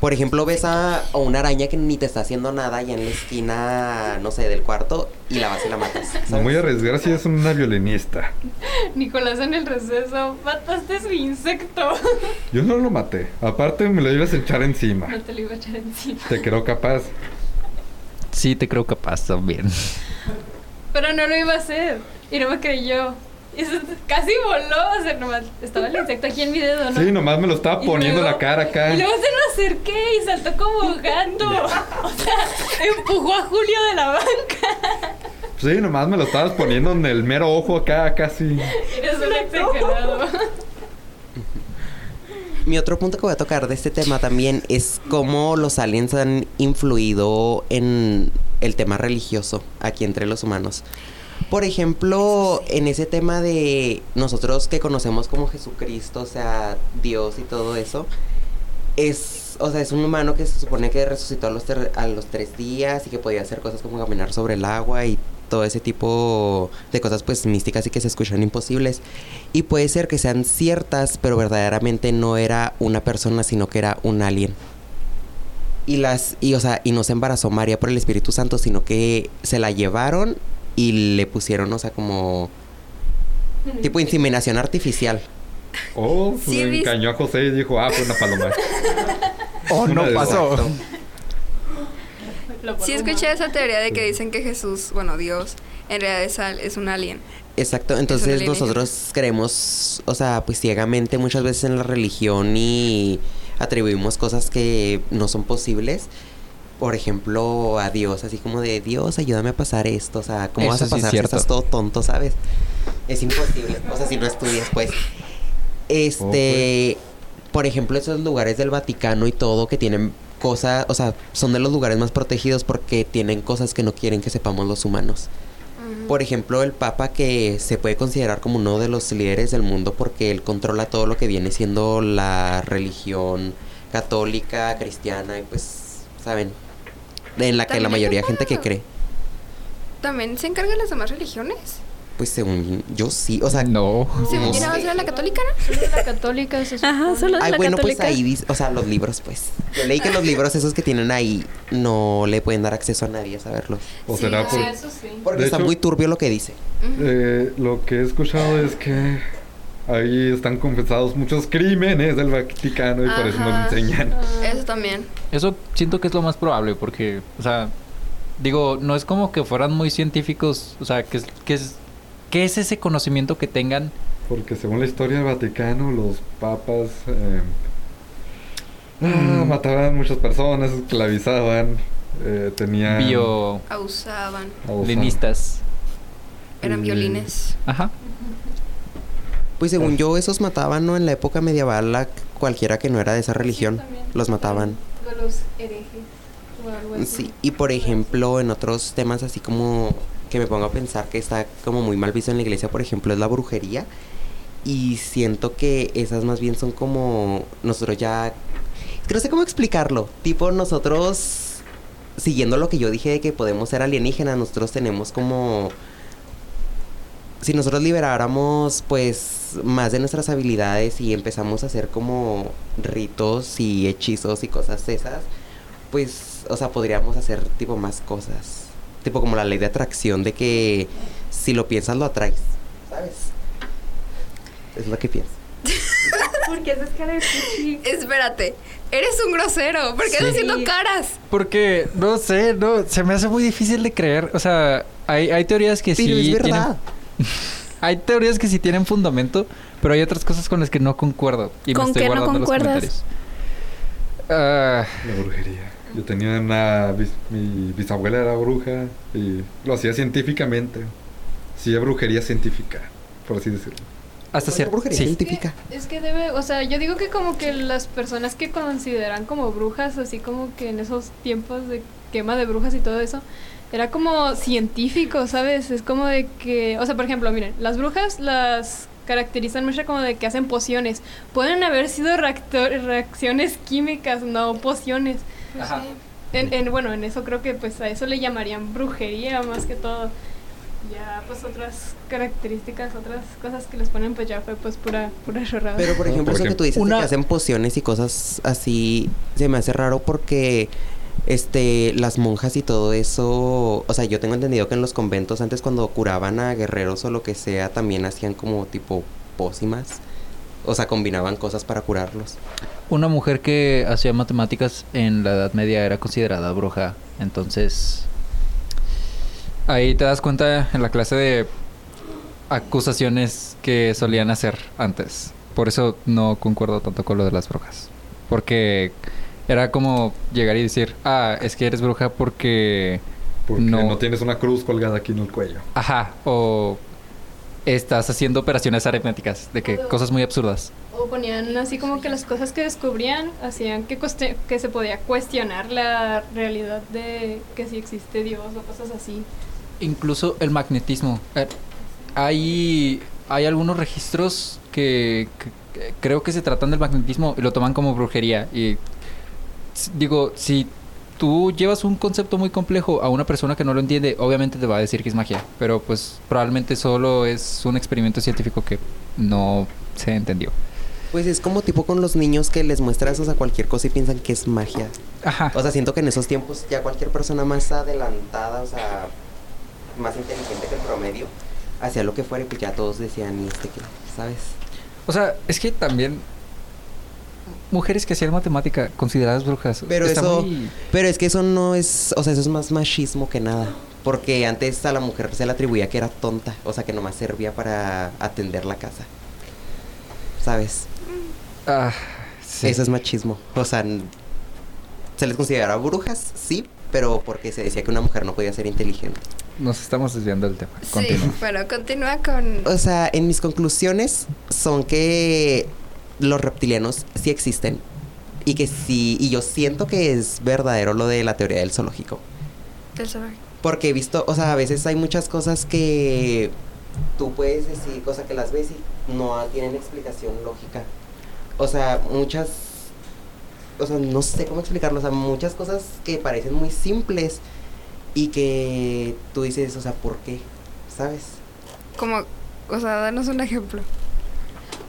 S3: Por ejemplo, ves a, a una araña que ni te está haciendo nada allá en la esquina, no sé, del cuarto y la vas y la matas.
S4: No
S3: ¿sabes?
S4: voy a arriesgar si es una violinista.
S2: Nicolás en el receso, mataste a mi insecto.
S4: Yo no lo maté. Aparte me lo ibas a echar encima.
S2: No te lo iba a echar encima.
S4: Te creo capaz.
S1: Sí, te creo capaz también.
S2: Pero no lo iba a hacer. Y no me creyó. Y se- casi voló. O sea, nomás estaba el insecto aquí en mi dedo, ¿no?
S4: Sí, nomás me lo estaba
S2: Y
S4: poniendo en
S2: luego-
S4: la cara acá.
S2: Y luego se lo acerqué y saltó como gato. O sea, empujó a Julio de la banca.
S4: Sí, nomás me lo estabas poniendo en el mero ojo acá, casi.
S2: Eres un exagerado.
S3: Mi otro punto que voy a tocar de este tema también es cómo los aliens han influido en el tema religioso aquí entre los humanos. Por ejemplo, en ese tema de nosotros que conocemos como Jesucristo, o sea, Dios y todo eso, es, o sea, es un humano que se supone que resucitó a los, ter- a los tres días y que podía hacer cosas como caminar sobre el agua y todo ese tipo de cosas pues místicas y que se escuchan imposibles. Y puede ser que sean ciertas, pero verdaderamente no era una persona, sino que era un alien. Y las, y o sea, y no se embarazó María por el Espíritu Santo, sino que se la llevaron y le pusieron, o sea, como tipo inseminación artificial.
S4: Oh,
S5: Sí,
S4: se
S5: viste.
S4: engañó a José y dijo, ah, fue una paloma.
S1: Oh,
S4: Una
S1: no
S4: de
S1: pasó.
S3: Exacto.
S2: Lo
S5: Sí
S2: voló
S5: escuché
S2: mal.
S5: esa teoría de que dicen que Jesús, bueno, Dios, en realidad es, al- es un alien.
S3: Exacto,
S5: Eso
S3: entonces
S5: también es.
S3: nosotros creemos, o sea, pues ciegamente muchas veces en la religión y atribuimos cosas que no son posibles. Por ejemplo, a Dios, así como de Dios, ayúdame a pasar esto. O sea, ¿cómo vas
S1: Eso
S3: a
S1: sí es
S3: pasar si
S1: cierto.
S3: estás todo tonto, sabes? Es imposible. O sea, si no estudias, pues. Este, por ejemplo, esos lugares del Vaticano y todo que tienen cosas, o sea, son de los lugares más protegidos porque tienen cosas que no quieren que sepamos los humanos.
S5: Ujú.
S3: Por ejemplo, el Papa que se puede considerar como uno de los líderes del mundo porque él controla todo lo que viene siendo la religión católica, cristiana y pues, ¿saben? En la que la
S5: También
S3: mayoría
S5: está
S3: de gente que
S5: para-
S3: cree.
S5: ¿También se encargan las demás religiones?
S3: Pues según yo sí, o sea,
S1: No.
S5: Según yo,
S3: No
S5: nada más
S3: sé.
S5: era la católica, ¿no?
S2: Solo la católica se
S9: Ajá,
S2: supone.
S9: solo de
S3: Ay,
S9: la
S3: bueno,
S9: católica.
S3: pues ahí dice, o sea, los libros, pues. Yo leí que los libros esos que tienen ahí no le pueden dar acceso a nadie a saberlos.
S4: O
S5: Sí,
S4: será
S5: ah,
S4: por...
S2: Ah, eso sí.
S3: Porque
S4: De
S3: está
S4: hecho-
S3: muy turbio lo que dice.
S4: Eh, lo que he escuchado es que ahí están confesados muchos crímenes del Vaticano y por eso no lo
S5: Ajá.
S4: enseñan.
S2: Ah,
S5: Eso también.
S1: Eso siento que es lo más probable porque, o sea, digo, no es como que fueran muy científicos, o sea, que es, que es, ¿qué es ese conocimiento que tengan?
S4: Porque según la historia del Vaticano, los papas eh,
S5: Mm.
S4: ah, mataban muchas personas, esclavizaban, eh, tenían...
S1: Bio...
S5: Abusaban.
S4: abusaban.
S1: Linistas.
S5: Eran
S4: Mm.
S5: violines.
S1: Ajá.
S3: Pues
S4: Ah.
S3: según yo, esos mataban, ¿no? En la época medieval a cualquiera que no era de esa religión.
S2: también.
S3: los mataban.
S2: De los herejes. o algo así.
S3: Sí, y por ejemplo, en otros temas así como que me pongo a pensar que está como muy mal visto en la iglesia, por ejemplo, es la brujería. Y siento que esas más bien son como nosotros ya... es que no sé cómo explicarlo. Tipo, nosotros, siguiendo lo que yo dije de que podemos ser alienígenas, nosotros tenemos como... Si nosotros liberáramos pues más de nuestras habilidades y empezamos a hacer como ritos y hechizos y cosas de esas, pues, o sea, podríamos hacer tipo más cosas. Tipo como la ley de atracción de que si lo piensas lo atraes, ¿sabes? Es lo que pienso.
S7: Porque esa es cara de pichi.
S5: Espérate, eres un grosero. ¿Por qué
S1: Sí.
S5: estás haciendo caras?
S1: Porque, no sé, no, se me hace muy difícil de creer. O sea, hay, hay teorías que
S3: Pero
S1: sí
S3: es
S1: tienen-
S3: verdad.
S1: hay teorías que sí tienen fundamento, pero hay otras cosas con las que no concuerdo. Y
S9: ¿Con
S1: me estoy
S9: qué no
S1: guardando los
S9: concuerdas?
S1: comentarios. Ah,
S4: La brujería. Yo tenía una... bis- mi bisabuela era bruja y lo hacía científicamente. Hacía brujería científica, por así decirlo.
S1: hasta
S3: Bueno,
S1: cierto.
S3: brujería
S1: Sí.
S2: Es que-
S3: científica.
S2: Es que debe, o sea, yo digo que como que las personas que consideran como brujas, así como que en esos tiempos de quema de brujas y todo eso, era como científico, ¿sabes? Es como de que, o sea, por ejemplo, miren, las brujas las caracterizan mucho como de que hacen pociones. Pueden haber sido reacto- reacciones químicas, no pociones.
S1: Ajá.
S2: En, en- bueno, en eso creo que pues a eso le llamarían brujería más que todo. Ya pues otras características, otras cosas que les ponen pues ya fue pues pura, pura chorrada.
S3: Pero por
S4: Ah,
S3: ejemplo,
S4: por
S3: eso que
S4: ejemplo.
S3: tú dices de
S1: Una-
S3: que hacen pociones y cosas así, se me hace raro porque este las monjas y todo eso, o sea, yo tengo entendido que en los conventos antes cuando curaban a guerreros o lo que sea, también hacían como tipo pócimas. O sea, combinaban cosas para curarlos.
S1: Una mujer que hacía matemáticas en la Edad Media era considerada bruja. Entonces, ahí te das cuenta en la clase de acusaciones que solían hacer antes. Por eso no concuerdo tanto con lo de las brujas. Porque era como llegar y decir, ah, es que eres bruja porque...
S4: Porque
S1: No.
S4: no tienes una cruz colgada aquí en el cuello.
S1: Ajá, o estás haciendo operaciones aritméticas, de que cosas muy absurdas.
S2: O ponían así como que las cosas que descubrían hacían que, cueste- que se podía cuestionar la realidad de que si existe Dios o cosas así.
S1: Incluso el magnetismo. Eh, Hay, hay algunos registros que, que- que creo que se tratan del magnetismo y lo toman como brujería. Y s- digo, si tú llevas un concepto muy complejo a una persona que no lo entiende, obviamente te va a decir que es magia. Pero pues probablemente solo es un experimento científico que no se entendió.
S3: Pues es como tipo con los niños que les muestras, o sea, cualquier cosa y piensan que es magia.
S1: Ajá.
S3: O sea, siento que en esos tiempos ya cualquier persona más adelantada, o sea, más inteligente que el promedio, hacía lo que fuera y pues ya todos decían, ¿y este qué? ¿Sabes?
S1: O sea, es que también mujeres que hacían matemática consideradas brujas.
S3: Pero
S1: está
S3: eso-
S1: muy-
S3: Pero es que eso no es, o sea, eso es más machismo que nada. Porque antes a la mujer se le atribuía que era tonta, o sea, que nomás servía para atender la casa. ¿Sabes?
S1: Ah, sí.
S3: Eso es machismo. O sea, n- se les consideraba brujas, sí, pero porque se decía que una mujer no podía ser inteligente.
S1: Nos estamos desviando del tema.
S5: Sí,
S1: Continúa.
S5: bueno, continúa con.
S3: O sea, en mis conclusiones son que los reptilianos sí existen. Y que sí, y yo siento que es verdadero lo de la teoría del zoológico.
S5: Del zoológico.
S3: Porque he visto, o sea, a veces hay muchas cosas que tú puedes decir, o sea, que las ves y no tienen explicación lógica. O sea, muchas, o sea, no sé cómo explicarlo, o sea, muchas cosas que parecen muy simples y que tú dices, o sea, ¿por qué? ¿Sabes?
S5: como, o sea, danos un ejemplo.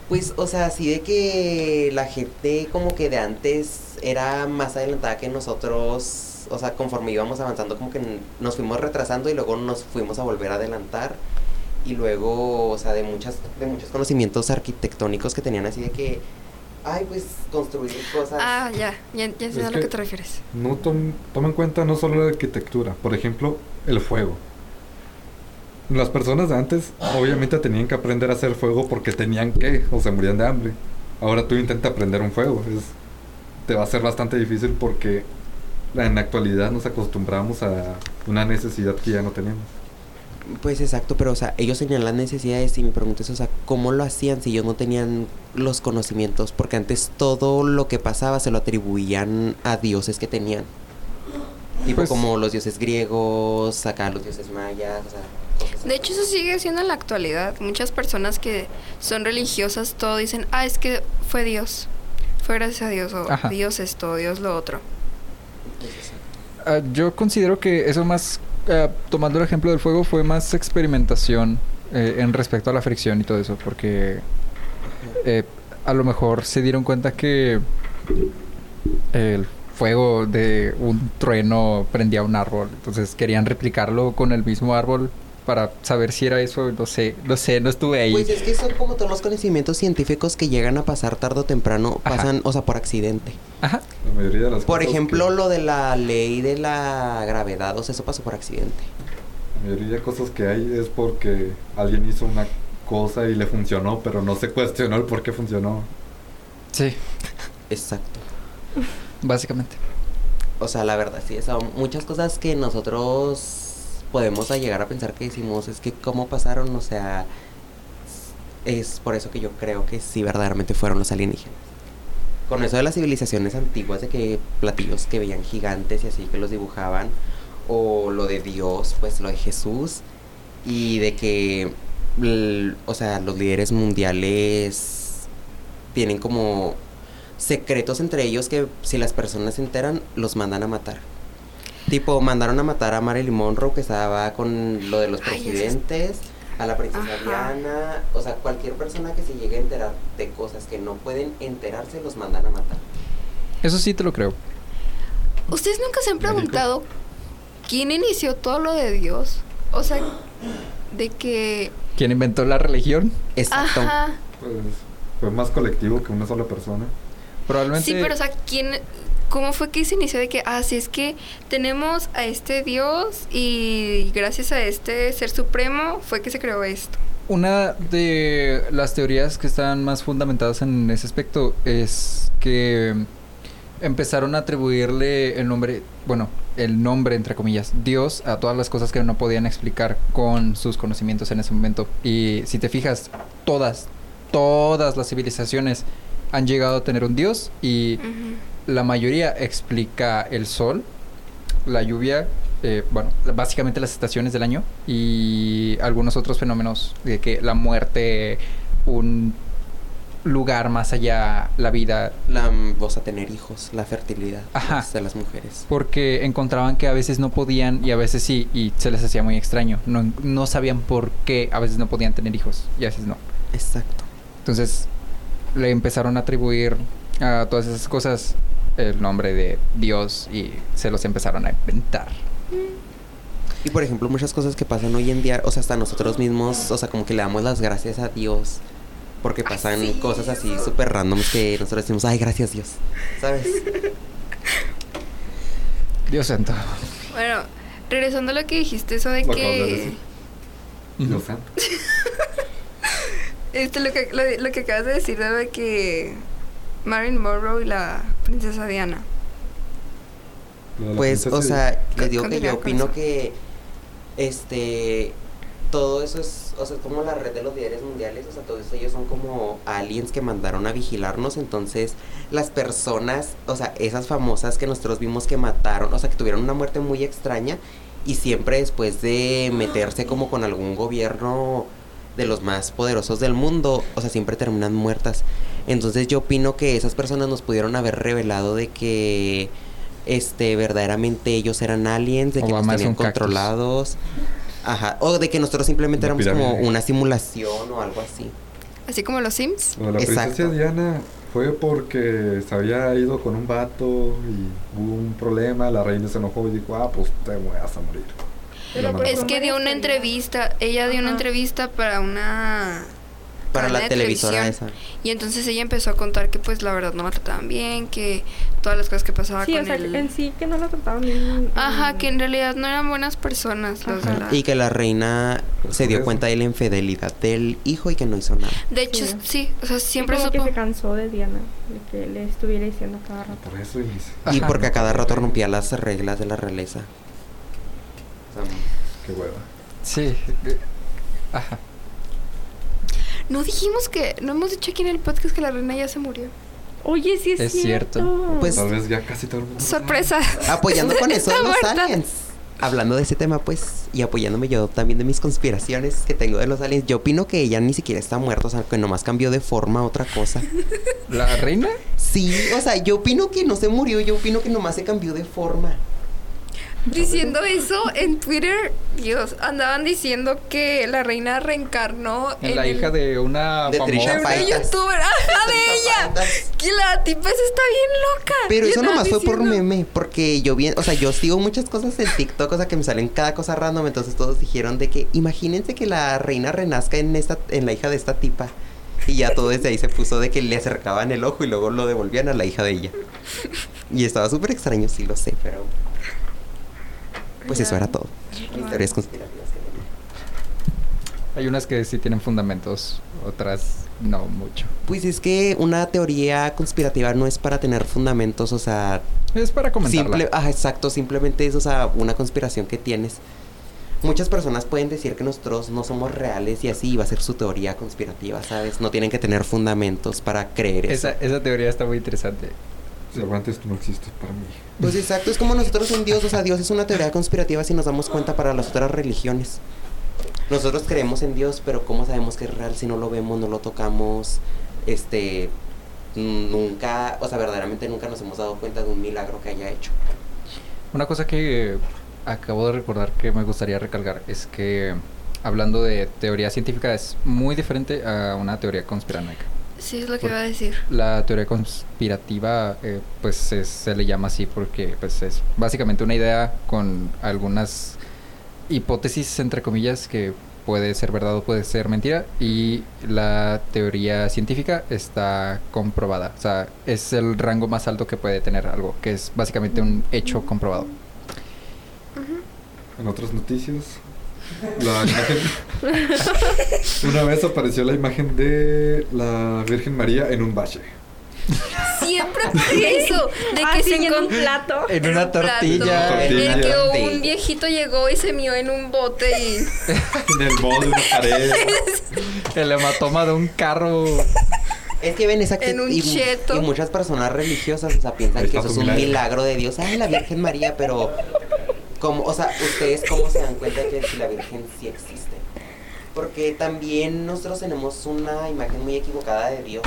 S3: Pues, o sea, así de que la gente como que de antes era más adelantada que nosotros, o sea, conforme íbamos avanzando como que n- nos fuimos retrasando y luego nos fuimos a volver a adelantar y luego, o sea, de muchas de muchos conocimientos arquitectónicos que tenían así de que ay, pues construir cosas.
S5: Ah, ya, ya, ya sé
S4: Es
S5: a lo
S4: que-
S5: que te refieres.
S4: No tom- toma en cuenta no solo la arquitectura, por ejemplo, el fuego. Las personas de antes obviamente tenían que aprender a hacer fuego porque tenían que o se morían de hambre. Ahora tú intenta aprender un fuego, es, te va a ser bastante difícil porque la- en la actualidad nos acostumbramos a una necesidad que ya no teníamos.
S3: Pues exacto, pero o sea, ellos tenían las necesidades y mi pregunta es, o sea, ¿cómo lo hacían si ellos no tenían los conocimientos? Porque antes todo lo que pasaba se lo atribuían a dioses que tenían. Tipo
S4: Pues-
S3: como los dioses griegos, acá los dioses mayas, o sea, cosas así.
S5: De hecho, eso sigue siendo en la actualidad. Muchas personas que son religiosas, todo dicen, ah, es que fue Dios. Fue gracias a Dios, o
S1: Ajá.
S5: Dios esto, Dios lo otro.
S3: Pues, exacto.
S1: Ah, yo considero que eso más, ah, tomando el ejemplo del fuego, fue más experimentación eh, en respecto a la fricción y todo eso, porque eh, a lo mejor se dieron cuenta que el fuego de un trueno prendía un árbol, entonces querían replicarlo con el mismo árbol para saber si era eso, no sé, no sé, no estuve ahí.
S3: Pues es que son como todos los conocimientos científicos que llegan a pasar tarde o temprano,
S1: Ajá.
S3: pasan, o sea, por accidente.
S1: Ajá.
S4: La mayoría de las
S3: Por
S4: cosas
S3: ejemplo,
S4: Pues que-
S3: lo de la ley de la gravedad, o sea, eso pasó por accidente.
S4: La mayoría de cosas que hay es porque alguien hizo una cosa y le funcionó, pero no se cuestionó el por qué funcionó.
S1: Sí,
S3: Exacto.
S1: básicamente.
S3: O sea, la verdad, sí, son muchas cosas que nosotros podemos a llegar a pensar que hicimos, es que cómo pasaron, o sea, es por eso que yo creo que sí verdaderamente fueron los alienígenas. Con eso de las civilizaciones antiguas, de que platillos que veían gigantes y así que los dibujaban, o lo de Dios, pues lo de Jesús, y de que, l- o sea, los líderes mundiales tienen como secretos entre ellos que si las personas se enteran, los mandan a matar. Tipo, mandaron a matar a Marilyn Monroe que estaba con lo de los
S5: Ay, eso es-
S3: presidentes, a la princesa
S5: Ajá.
S3: Diana, o sea, cualquier persona que se llegue a enterar de cosas que no pueden enterarse, los mandan a matar.
S1: Eso sí te lo creo.
S5: ¿Ustedes nunca se han
S4: México.
S5: preguntado quién inició todo lo de Dios? O sea, de que...
S1: ¿Quién inventó la religión?
S3: Exacto.
S5: Ajá.
S4: Pues fue más colectivo que una sola persona.
S1: Probablemente...
S5: Sí, pero o sea, ¿quién... ¿Cómo fue que se inició de que, ah, sí, es que tenemos a este Dios y gracias a este ser supremo fue que se creó esto?
S1: Una de las teorías que están más fundamentadas en ese aspecto es que empezaron a atribuirle el nombre, bueno, el nombre entre comillas, Dios a todas las cosas que no podían explicar con sus conocimientos en ese momento. Y si te fijas, todas, todas las civilizaciones han llegado a tener un Dios y
S5: Ujú.
S1: la mayoría explica el sol, la lluvia, eh, bueno, la- básicamente las estaciones del año y algunos otros fenómenos de que la muerte, un lugar más allá, la vida,
S3: La mm, voz a tener hijos, la fertilidad
S1: Ajá.
S3: pues, de las mujeres.
S1: porque encontraban que a veces no podían y a veces sí y se les hacía muy extraño, no, no sabían por qué a veces no podían tener hijos y a veces no.
S3: Exacto.
S1: Entonces le empezaron a atribuir a todas esas cosas el nombre de Dios y se los empezaron a inventar.
S3: Y por ejemplo, muchas cosas que pasan hoy en día, o sea, hasta nosotros mismos, o sea, como que le damos las gracias a Dios. Porque pasan
S5: sí,
S3: cosas así
S5: eso.
S3: súper randoms que nosotros decimos, ay, gracias Dios. ¿Sabes?
S1: Dios santo.
S5: Bueno, regresando a lo que dijiste, eso de
S4: Lo acabas de
S5: que...
S4: decir. Dios santo.
S5: Este, lo, que, lo, lo que acabas de decir de que Marilyn Monroe y la princesa Diana.
S4: Lo de la
S3: Pues, o
S4: princesa
S3: sea,
S5: Con-
S3: les digo que
S5: continúa
S3: yo
S5: con
S3: opino
S5: eso.
S3: que este todo eso es, o sea, es como la red de los líderes mundiales, o sea, todos ellos son como aliens que mandaron a vigilarnos, entonces las personas, o sea, esas famosas que nosotros vimos que mataron, o sea, que tuvieron una muerte muy extraña y siempre después de meterse como con algún gobierno de los más poderosos del mundo, o sea, siempre terminan muertas. Entonces yo opino que esas personas nos pudieron haber revelado de que este verdaderamente ellos eran aliens, de que
S1: Obama
S3: nos
S1: es
S3: tenían
S1: un cactus.
S3: controlados. Ajá. O de que nosotros simplemente
S4: Una
S3: éramos como
S4: pirámide.
S3: una simulación o algo así.
S5: Así como los Sims.
S4: Lo de la
S3: Exacto.
S4: princesa Diana fue porque se había ido con un vato y hubo un problema, la reina se enojó y dijo, ah, pues te vas a morir. Y la
S7: Pero
S4: mató.
S7: Ajá.
S5: Es que dio una entrevista, ella dio una
S7: Ajá.
S5: entrevista para una...
S3: Para
S5: cadena
S3: la
S5: de
S3: televisora
S5: televisión.
S3: esa.
S5: Y entonces ella empezó a contar que pues la verdad no la trataban bien, que todas las cosas que pasaban
S7: Sí,
S5: con
S7: o sea,
S5: él.
S7: en sí que no la trataban bien.
S5: Ajá,
S7: mm,
S5: que en realidad no eran buenas personas los de
S7: Ajá.
S5: la-
S3: Y que la reina
S4: Pues
S3: se
S4: por
S3: dio
S4: eso.
S3: cuenta de la infidelidad del hijo y que no hizo nada.
S5: De hecho,
S7: Sí.
S5: sí, o sea,
S7: sí,
S5: siempre
S7: como
S5: supo.
S7: que se cansó de Diana, de que le estuviera diciendo cada rato.
S4: Por eso inicia.
S3: Y
S1: Ajá. pues,
S3: porque a cada rato rompía las reglas de la realeza. O sea,
S4: Qué hueva.
S1: Sí. Ajá.
S5: No dijimos que, no hemos dicho aquí en el podcast que la reina ya se murió.
S7: Oye, sí es,
S1: Es cierto.
S3: Pues-
S4: Tal vez ya casi todo el mundo.
S5: Sorpresa.
S3: Apoyando pues con eso
S5: Está
S3: de los
S5: muerta.
S3: aliens. Hablando de ese tema, pues, y apoyándome yo también de mis conspiraciones que tengo de los aliens, yo opino que ella ni siquiera está muerta, o sea, que nomás cambió de forma a otra cosa.
S1: ¿La reina?
S3: Sí, o sea, yo opino que no se murió, yo opino que nomás se cambió de forma.
S5: Diciendo eso en Twitter, Dios, andaban diciendo que la reina reencarnó en
S1: la
S5: el-
S1: hija de una
S3: De
S5: de
S1: famosa.
S3: Trisha
S5: una
S3: Paytas.
S5: youtuber, ajá, de ella.
S3: Patas.
S5: Que la tipa esa está bien loca.
S3: Pero
S5: Y
S3: eso
S5: andaban
S3: nomás fue por
S5: diciendo-
S3: meme, porque yo bien, o sea, yo sigo muchas cosas en TikTok, o sea, que me salen cada cosa random, entonces todos dijeron de que imagínense que la reina renazca en esta en la hija de esta tipa. Y ya todo desde ahí se puso de que le acercaban el ojo y luego lo devolvían a la hija de ella. Y estaba súper extraño, sí lo sé, pero pues eso era todo. Historias conspirativas que tenía.
S1: Hay unas que sí tienen fundamentos, otras no mucho.
S3: Pues es que una teoría conspirativa no es para tener fundamentos, o sea,
S1: Es para comentarla.
S3: Simple, ajá, exacto, simplemente es, o sea, una conspiración que tienes. Muchas personas pueden decir que nosotros no somos reales y así va a ser su teoría conspirativa, ¿sabes? No tienen que tener fundamentos para creer eso.
S1: Esa, esa teoría está muy interesante.
S4: Cervantes, tú no existes para mí.
S3: Pues exacto, es como nosotros en Dios, o sea, Dios es una teoría conspirativa si nos damos cuenta para las otras religiones. Nosotros creemos en Dios, pero ¿cómo sabemos que es real si no lo vemos, no lo tocamos? Este, nunca, o sea, verdaderamente nunca nos hemos dado cuenta de un milagro que haya hecho.
S1: Una cosa que acabo de recordar que me gustaría recalcar es que hablando de teoría científica es muy diferente a una teoría conspiranoica.
S5: Sí, es lo que iba a decir.
S1: La teoría conspirativa eh, pues es- se le llama así porque pues es básicamente una idea con algunas hipótesis entre comillas que puede ser verdad o puede ser mentira y la teoría científica está comprobada, o sea, es el rango más alto que puede tener algo, que es básicamente un hecho comprobado.
S4: En otras noticias, la imagen. Una vez apareció la imagen de la Virgen María en un valle.
S5: Siempre por eso. De que
S7: Así
S5: se
S7: en Ah, un
S5: encontró
S7: plato.
S1: En una
S4: Una
S1: tortilla.
S4: tortilla.
S5: En el que
S3: tortilla.
S5: un viejito llegó y se mió en un bote y.
S4: En el borde de una pared.
S1: El hematoma de un carro.
S3: Es que ven esa acti-
S5: En un
S3: y,
S5: cheto.
S3: y muchas personas religiosas o sea, piensan
S4: Ahí
S3: que eso
S4: está
S3: es
S4: tu
S3: un
S4: milagro.
S3: milagro de Dios. Ay, la Virgen María, pero como, o sea, ustedes cómo se dan cuenta que si la Virgen sí existe? Porque también nosotros tenemos una imagen muy equivocada de Dios.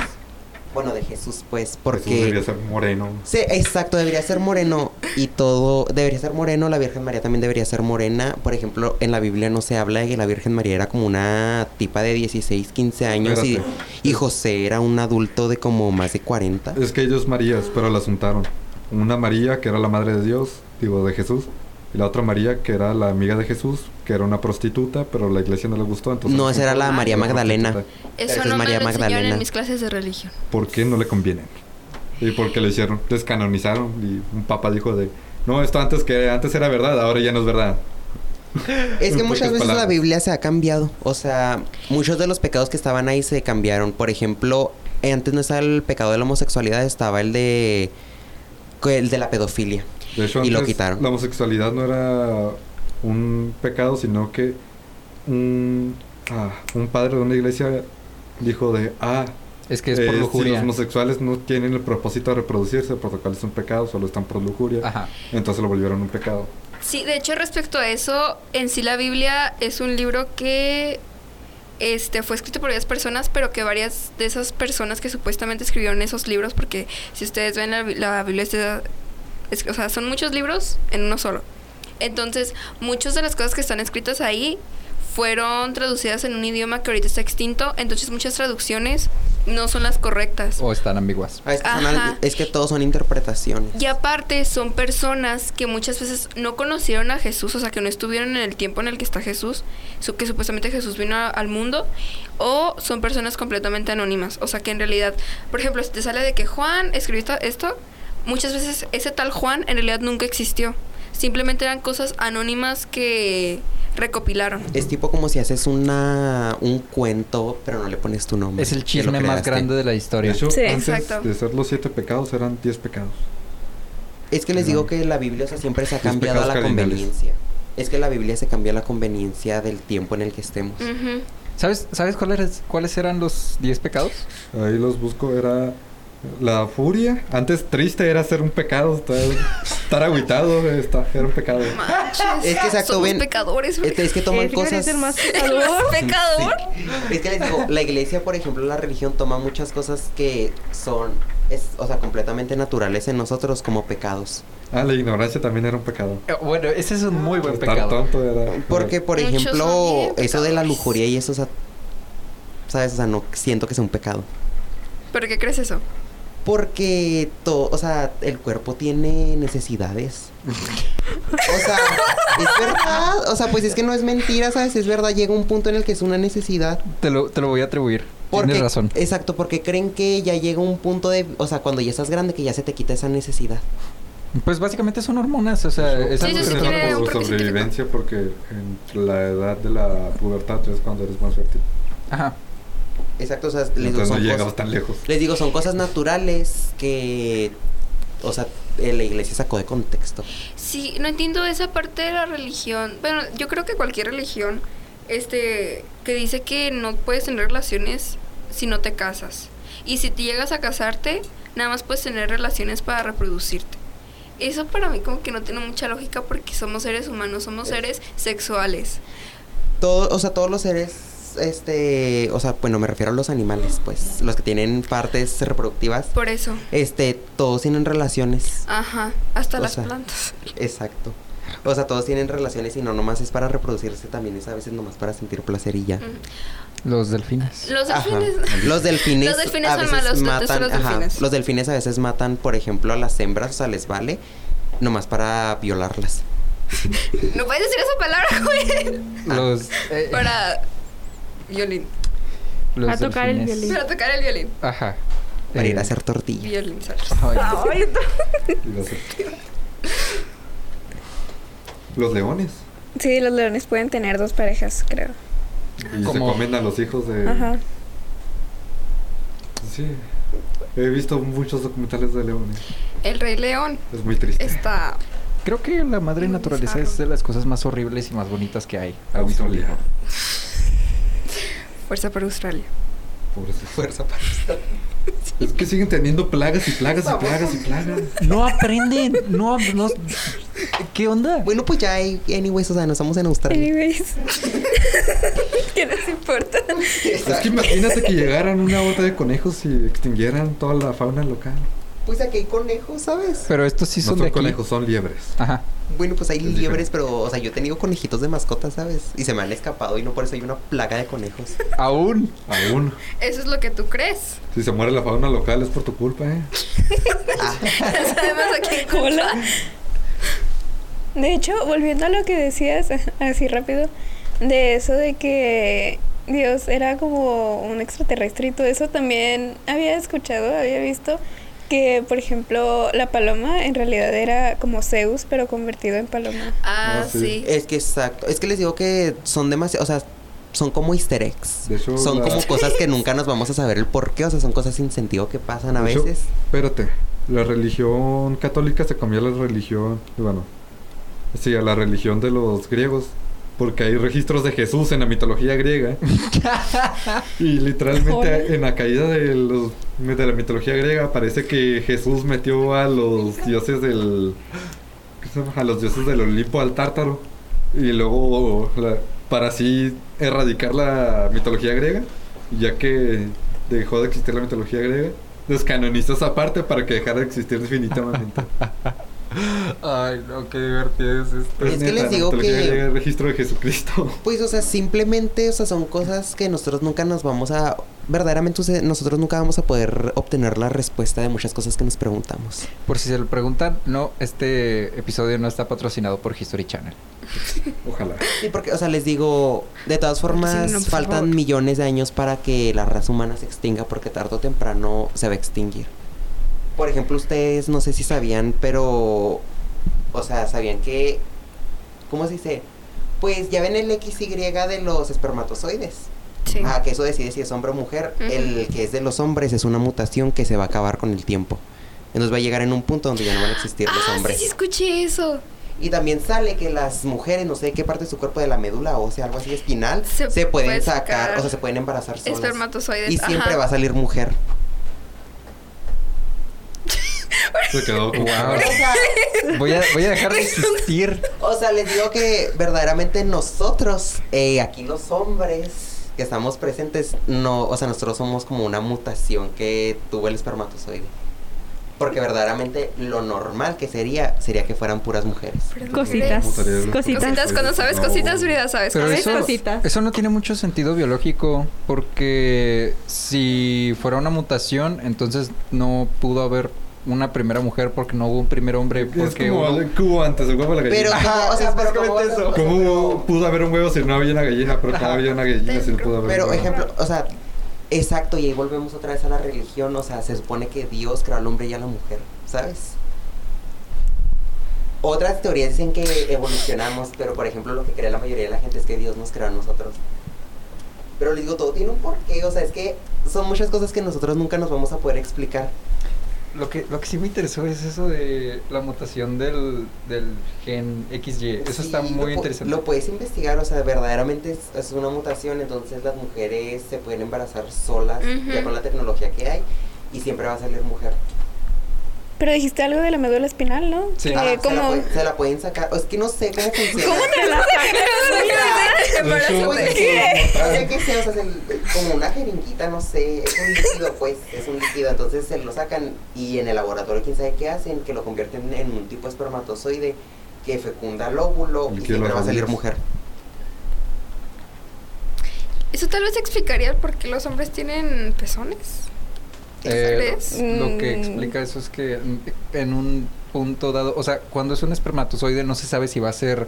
S3: Bueno, de Jesús, pues,
S4: Porque Jesús debería
S3: porque
S4: ser moreno.
S3: Sí, exacto, debería ser moreno y todo debería ser moreno, la Virgen María también debería ser morena. Por ejemplo, en la Biblia no se habla de que la Virgen María era como una tipa de 16, 15 años y,
S4: Espérate.
S3: y José era un adulto de como más de 40.
S4: Es que hay dos Marías, pero las juntaron. Una María que era la madre de Dios, digo, de Jesús. Y la otra María que era la amiga de Jesús, que era una prostituta, pero la iglesia no le gustó. Entonces
S3: No, esa era la María Magdalena.
S4: prostituta.
S5: Eso
S3: Esa es
S5: no
S3: María
S5: me lo enseñaron
S3: Magdalena.
S5: en mis clases de religión.
S4: ¿Por qué no le conviene? Y porque le hicieron, descanonizaron. Y un papa dijo de, no, esto antes que antes era verdad, ahora ya no es verdad.
S3: Es que
S4: En
S3: muchas
S4: pocas
S3: veces la
S4: palabras.
S3: Biblia se ha cambiado. O sea, muchos de los pecados que estaban ahí se cambiaron. Por ejemplo, eh, antes no estaba el pecado de la homosexualidad, estaba el de el de la pedofilia.
S4: De hecho,
S3: Y lo
S4: antes
S3: quitaron.
S4: La homosexualidad no era un pecado, sino que un, ah, un padre de una iglesia dijo de, ah,
S1: Es que es
S4: eh,
S1: por
S4: si los
S1: lujuria.
S4: homosexuales no tienen el propósito de reproducirse, por lo cual es un pecado, solo están por lujuria,
S1: Ajá.
S4: entonces lo volvieron un pecado.
S5: Sí, de hecho, respecto a eso, en sí la Biblia es un libro que este fue escrito por varias personas, pero que varias de esas personas que supuestamente escribieron esos libros, porque si ustedes ven la, bi- la Biblia, está- es- o sea, son muchos libros en uno solo. Entonces, muchas de las cosas que están escritas ahí fueron traducidas en un idioma que ahorita está extinto, entonces muchas traducciones no son las correctas.
S1: O están ambiguas.
S3: Ah, es, que son al-
S5: Ajá.
S3: es que todos son interpretaciones.
S5: Y aparte son personas que muchas veces no conocieron a Jesús, o sea, que no estuvieron en el tiempo en el que está Jesús, su- que supuestamente Jesús vino a- al mundo, o son personas completamente anónimas, o sea, que en realidad, por ejemplo, si te sale de que Juan escribió esta- esto, muchas veces ese tal Juan en realidad nunca existió, simplemente eran cosas anónimas que recopilaron.
S3: Es tipo como si haces una un cuento, pero no le pones tu nombre.
S1: Es el
S3: Te lo
S1: chisme más
S3: creaste.
S1: grande de la historia.
S4: De hecho,
S9: Sí.
S4: antes
S5: Exacto.
S4: de ser los siete pecados, eran diez pecados.
S3: Es que les digo que la Biblia o sea, siempre se ha
S4: Los
S3: cambiado a
S4: pecados
S3: la
S4: cardinales.
S3: conveniencia. Es que la Biblia se cambia a la conveniencia del tiempo en el que estemos.
S9: Mm.
S5: Ujú.
S1: ¿Sabes, ¿sabes cuáles, cuáles eran los 10 pecados?
S4: Ahí los busco, era la furia. Antes triste era ser un pecado, estar, estar agüitado, estar- era un pecado.
S5: Manches,
S3: Es que exacto,
S5: somos
S3: ven.
S5: pecadores,
S3: Es, es que toman
S9: Eh, fíjate,
S3: cosas.
S9: es el más
S5: ¿El
S9: pecador.
S5: más pecador?
S3: Es que les digo, la iglesia, por ejemplo, la religión toma muchas cosas que son, es, o sea, completamente naturales en nosotros como pecados.
S4: Ah, la ignorancia también era un pecado.
S1: Eh, Bueno, ese es un muy buen
S4: estar
S1: pecado.
S4: tonto era.
S3: Porque, por
S5: Muchos son
S3: ejemplo,
S5: bien
S3: eso de la
S5: pecadores.
S3: lujuria y eso, o sea, ¿sabes? O sea, no siento que sea un pecado.
S5: ¿Pero qué crees eso?
S3: Porque todo, o sea, el cuerpo tiene necesidades. O sea, es verdad. O sea, pues es que no es mentira, ¿sabes? Es verdad, llega un punto en el que es una necesidad.
S1: Te lo, te lo voy a atribuir.
S3: Porque,
S1: Tienes razón.
S3: Exacto, porque creen que ya llega un punto de, o sea, cuando ya estás grande que ya se te quita esa necesidad.
S1: Pues básicamente son hormonas, o sea, es
S5: Sí,
S1: algo
S5: sí,
S1: que
S5: sí,
S1: no-
S5: tiene un
S4: por
S5: perfil
S4: sobrevivencia, porque entre la edad de la pubertad es cuando eres más fértil.
S1: Ajá.
S3: Exacto, o sea, les digo,
S4: Entonces no
S3: son
S4: llegamos
S3: cosas,
S4: tan lejos.
S3: les digo, son cosas naturales que, o sea, eh, la iglesia sacó de contexto.
S5: Sí, no entiendo esa parte de la religión. Bueno, yo creo que cualquier religión este que dice que no puedes tener relaciones si no te casas. Y si te llegas a casarte, nada más puedes tener relaciones para reproducirte. Eso para mí como que no tiene mucha lógica porque somos seres humanos, somos seres sexuales.
S3: Todo, o sea, todos los seres, este, o sea, bueno, me refiero a los animales, pues, los que tienen partes reproductivas,
S5: Por eso.
S3: este, todos tienen relaciones.
S5: Ajá, hasta
S3: O
S5: las
S3: sea,
S5: plantas.
S3: Exacto. O sea, todos tienen relaciones y no nomás es para reproducirse, también es a veces nomás para sentir placer y ya.
S1: Los delfines.
S5: Mm, Los
S3: Ajá.
S5: delfines.
S3: Los delfines,
S5: Los delfines
S3: a
S5: son
S3: veces
S5: malos, detesto
S3: matan,
S5: los
S3: ajá,
S5: delfines.
S3: los delfines a veces matan, por ejemplo, a las hembras, o sea, les vale nomás para violarlas.
S5: No puedes decir esa palabra, güey.
S9: Ah,
S1: Los, eh,
S5: Para violín.
S1: los
S9: A tocar el
S1: delfines.
S9: violín.
S5: Para tocar el violín.
S1: Ajá.
S3: Para
S1: Eh,
S3: ir a hacer tortilla.
S5: Violín, ¿sabes?
S1: ay,
S9: Ah,
S4: Y los- los leones.
S9: Sí, los leones pueden tener dos parejas, creo.
S4: Y
S1: Como-
S4: se comen a los hijos de...
S9: Ajá.
S4: Sí. He visto muchos documentales de leones.
S5: El Rey León
S4: Es muy triste.
S5: está.
S1: Creo que la madre
S5: Muy
S1: naturaleza
S5: bizarro.
S1: es de las cosas más horribles y más bonitas que hay. A mi
S4: Australia.
S1: parecer.
S5: Fuerza por Australia.
S4: Pobrecito.
S3: Fuerza para
S4: Es que siguen teniendo plagas y plagas y plagas y plagas.
S1: No aprenden. No, no. ¿Qué onda?
S3: Bueno, pues ya, eh, anyways, o sea, no estamos en Australia.
S9: Anyways. ¿Qué nos importa?
S4: Es que imagínate que llegaran una bota de conejos y extinguieran toda la fauna local.
S3: Pues aquí hay conejos, ¿sabes?
S1: Pero estos sí
S4: no
S1: son
S4: son
S1: de aquí.
S4: conejos, son liebres.
S1: Ajá.
S3: Bueno, pues hay
S4: Es
S3: liebres,
S4: diferente.
S3: pero, o sea, yo he tenido conejitos de mascota, ¿sabes? Y se me han escapado y no por eso hay una plaga de conejos.
S1: Aún.
S4: Aún.
S5: Eso es lo que tú crees.
S4: Si se muere la fauna local es por tu culpa, ¿eh?
S5: Además, aquí en
S9: Hola.
S5: Cuba,
S9: De hecho, volviendo a lo que decías, así rápido, de eso de que Dios era como un extraterrestre y todo eso, también había escuchado, había visto que, por ejemplo, la paloma en realidad era como Zeus, pero convertido en paloma.
S5: Ah,
S4: Ah,
S5: sí.
S4: sí.
S3: Es que exacto. Es que les digo que son demasiado. O sea, son como easter eggs.
S4: De hecho,
S3: son
S4: la-
S3: como cosas que nunca nos vamos a saber el por qué. O sea, son cosas sin sentido que pasan a
S4: De hecho,
S3: veces.
S4: Espérate, la religión católica se cambió a la religión, bueno, sí, a la religión de los griegos, porque hay registros de Jesús en la mitología griega. y literalmente
S9: Ole.
S4: en la caída de, los, de la mitología griega parece que Jesús metió a los dioses del... ¿qué se llama? A los dioses del Olimpo al tártaro. Y luego, la- para así erradicar la mitología griega, ya que dejó de existir la mitología griega, descanonizó esa parte para que dejara de existir definitivamente.
S1: Ay, no, qué divertido es esto.
S3: Es que les digo
S4: Te lo quiero
S3: que-
S4: llegar el registro de Jesucristo.
S3: Pues, o sea, simplemente, o sea, son cosas que nosotros nunca nos vamos a... Verdaderamente, o sea, nosotros nunca vamos a poder obtener la respuesta de muchas cosas que nos preguntamos.
S1: Por si se lo preguntan, no, este episodio no está patrocinado por History Channel.
S4: Ojalá.
S3: Sí, porque, o sea, les digo, de todas formas,
S5: Sí, no, pues, por
S3: faltan
S5: favor.
S3: millones de años para que la raza humana se extinga, porque tarde o temprano se va a extinguir. Por ejemplo, ustedes, no sé si sabían, pero, o sea, sabían que, ¿cómo se dice? Pues ya ven el XY de los espermatozoides.
S5: Sí.
S3: Ah, que eso decide si es hombre o mujer.
S5: Ujú.
S3: El que es de los hombres es una mutación que se va a acabar con el tiempo. Entonces va a llegar en un punto donde ya no van a existir los
S5: Ah, sí,
S3: hombres.
S5: sí, escuché eso.
S3: Y también sale que las mujeres, no sé qué parte de su cuerpo, de la médula o sea, algo así espinal, se,
S5: Se
S3: pueden
S5: puede
S3: sacar,
S5: sacar
S3: o sea, se pueden embarazar solas.
S5: Espermatozoides.
S3: Y siempre
S5: ajá.
S3: va a salir mujer.
S4: Se quedó como.
S1: Wow. Voy a, voy a dejar de existir.
S3: O sea, les digo que verdaderamente nosotros, eh, aquí los hombres que estamos presentes, no, o sea, nosotros somos como una mutación que tuvo el espermatozoide. Porque verdaderamente lo normal que sería, sería que fueran puras mujeres.
S5: Pero-
S7: Cositas.
S4: Cositas.
S5: Cositas, cuando sabes
S4: No.
S5: cositas, Frida, sabes
S1: Pero
S5: cosas.
S1: eso,
S7: cositas.
S1: eso no tiene mucho sentido biológico, porque si fuera una mutación, entonces no pudo haber una primera mujer porque no hubo un primer hombre.
S4: Es
S1: Porque
S4: como
S1: uno-
S4: el cubo antes, el huevo de la
S3: Pero,
S4: gallina.
S3: como- o sea, pero como- o sea,
S4: ¿Cómo hubo- pudo haber un huevo si no había una gallina? Pero
S3: Ajá.
S4: cómo había una gallina si no pudo haber un
S3: Pero,
S4: huevo?
S3: ejemplo, o sea, exacto, y ahí volvemos otra vez a la religión, o sea, se supone que Dios creó al hombre y a la mujer, ¿sabes? Otras teorías dicen que evolucionamos, pero por ejemplo lo que cree la mayoría de la gente es que Dios nos creó a nosotros. Pero les digo, todo tiene un porqué, o sea, es que son muchas cosas que nosotros nunca nos vamos a poder explicar.
S1: Lo que, lo que sí me interesó es eso de la mutación del, del gen XY. Eso
S3: Sí,
S1: está
S3: lo
S1: muy
S3: pu-
S1: interesante.
S3: Lo puedes investigar, o sea, verdaderamente es, es una mutación, entonces las mujeres se pueden embarazar solas, ya
S5: Ujú.
S3: con la tecnología que hay, y siempre va a salir mujer.
S9: Pero dijiste algo de la médula espinal, ¿no?
S1: Sí.
S9: Que
S3: Ah, se, la
S9: como...
S3: pueden, se la pueden sacar. Es que no sé cómo
S9: Eh,
S3: funciona.
S9: ¿Cómo te la
S4: De hecho,
S5: Embarazo de-
S3: No sé qué sea, o sea, es el- como una jeringuita, no sé, es un líquido, pues, es un líquido. Entonces se lo sacan y en el laboratorio, quién sabe qué hacen, que lo convierten en un tipo de espermatozoide que fecunda el óvulo
S4: El
S3: y
S4: que
S3: siempre
S4: lo
S3: va a salir
S4: realiza.
S3: mujer.
S5: Eso tal vez explicaría el por qué los hombres tienen pezones.
S1: Eh,
S5: ¿Crees?
S1: lo que
S9: Mm.
S1: explica eso es que en- en un punto dado, o sea, cuando es un espermatozoide no se sabe si va a ser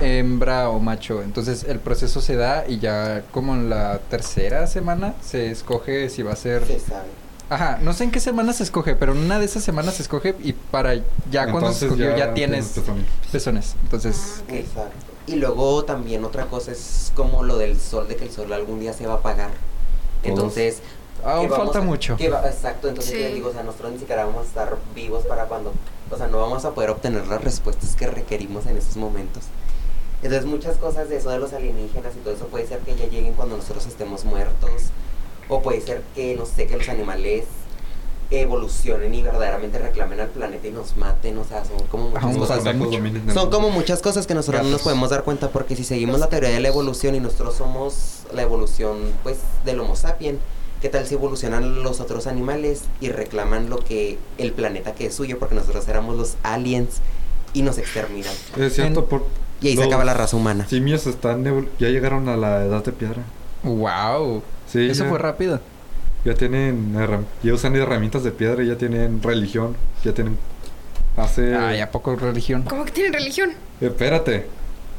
S1: hembra o macho. Entonces el proceso se da y ya como en la tercera semana se escoge si va a ser...
S3: Se sabe.
S1: Ajá, no sé en qué semana se escoge, pero en una de esas semanas se escoge y para ya cuando se
S4: Entonces
S1: escogió ya, tienes
S4: pezones.
S1: pezones. Entonces...
S3: Exacto. Y luego también otra cosa es como lo del sol, de que el sol algún día se va a apagar. Entonces...
S1: Aún
S3: que vamos
S1: falta
S3: a-
S1: mucho.
S3: que va- exacto, entonces
S5: Sí.
S3: yo digo, o sea, nosotros ni siquiera vamos a estar vivos para cuando, o sea, no vamos a poder obtener las respuestas que requerimos en esos momentos. Entonces muchas cosas de eso de los alienígenas y todo eso puede ser que ya lleguen cuando nosotros estemos muertos, o puede ser que, no sé, que los animales evolucionen y verdaderamente reclamen al planeta y nos maten, o sea, son como muchas
S1: Aún
S4: Los
S3: cosas.
S1: falta
S4: conejos
S1: mucho.
S4: dominan el
S3: Son
S4: mundo.
S3: como muchas cosas que nosotros no nos
S1: Gatos.
S3: podemos dar cuenta porque si seguimos la teoría de la evolución y nosotros somos la evolución pues del Homo sapien, ¿qué tal si evolucionan los otros animales y reclaman lo que el planeta que es suyo porque nosotros éramos los aliens y nos exterminan?
S4: Es cierto,
S1: En-
S4: por.
S3: Y ahí se
S4: los
S3: acaba la raza humana.
S4: Simios están. evol- Ya llegaron a la edad de piedra.
S1: ¡Wow!
S4: Sí,
S1: eso
S4: ya,
S1: fue rápido.
S4: ya tienen. herram- Ya usan herramientas de piedra, ya tienen religión. Ya tienen. Hace.
S1: Ay, ¿a poco religión?
S5: ¿Cómo que tienen religión?
S4: Espérate.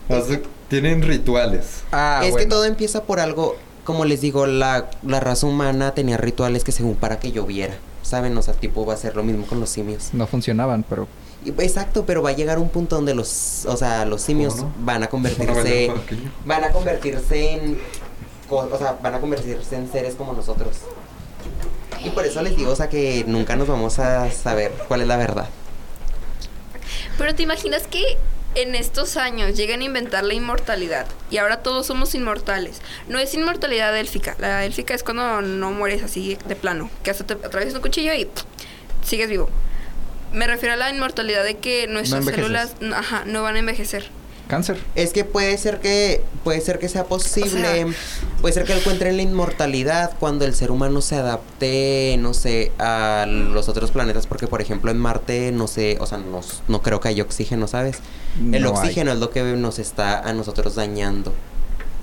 S4: Hace- tienen rituales.
S1: Ah,
S3: es que
S1: bueno.
S3: todo em- empieza por algo, como les digo, la, la raza humana tenía rituales que según para que lloviera. Saben, o sea, tipo va a ser lo mismo con los simios.
S1: No funcionaban, pero
S3: Y- Exacto, pero va a llegar un punto donde los, o sea, los simios
S4: no?
S3: van a
S4: Van a
S3: convertirse
S4: bailar pequeño.
S3: van a convertirse en co- o sea, van a convertirse en seres como nosotros. Y por eso les digo, o sea, que nunca nos vamos a saber cuál es la verdad.
S5: Pero te imaginas que en estos años llegan a inventar la inmortalidad y ahora todos somos inmortales. No es inmortalidad élfica. La élfica es cuando no mueres así de plano, que hasta te atraviesas un cuchillo y pff, sigues vivo. Me refiero a la inmortalidad de que nuestras
S1: envejeces.
S5: células n- ajá, no van a envejecer.
S1: Cáncer.
S3: Es que puede ser que puede ser que sea posible, puede ser que él encuentre la inmortalidad cuando el ser humano se adapte, no sé, a los otros planetas, porque por ejemplo en Marte no sé, o sea, no, no creo que haya oxígeno, ¿sabes? El
S1: No hay.
S3: oxígeno es lo que nos está a nosotros dañando,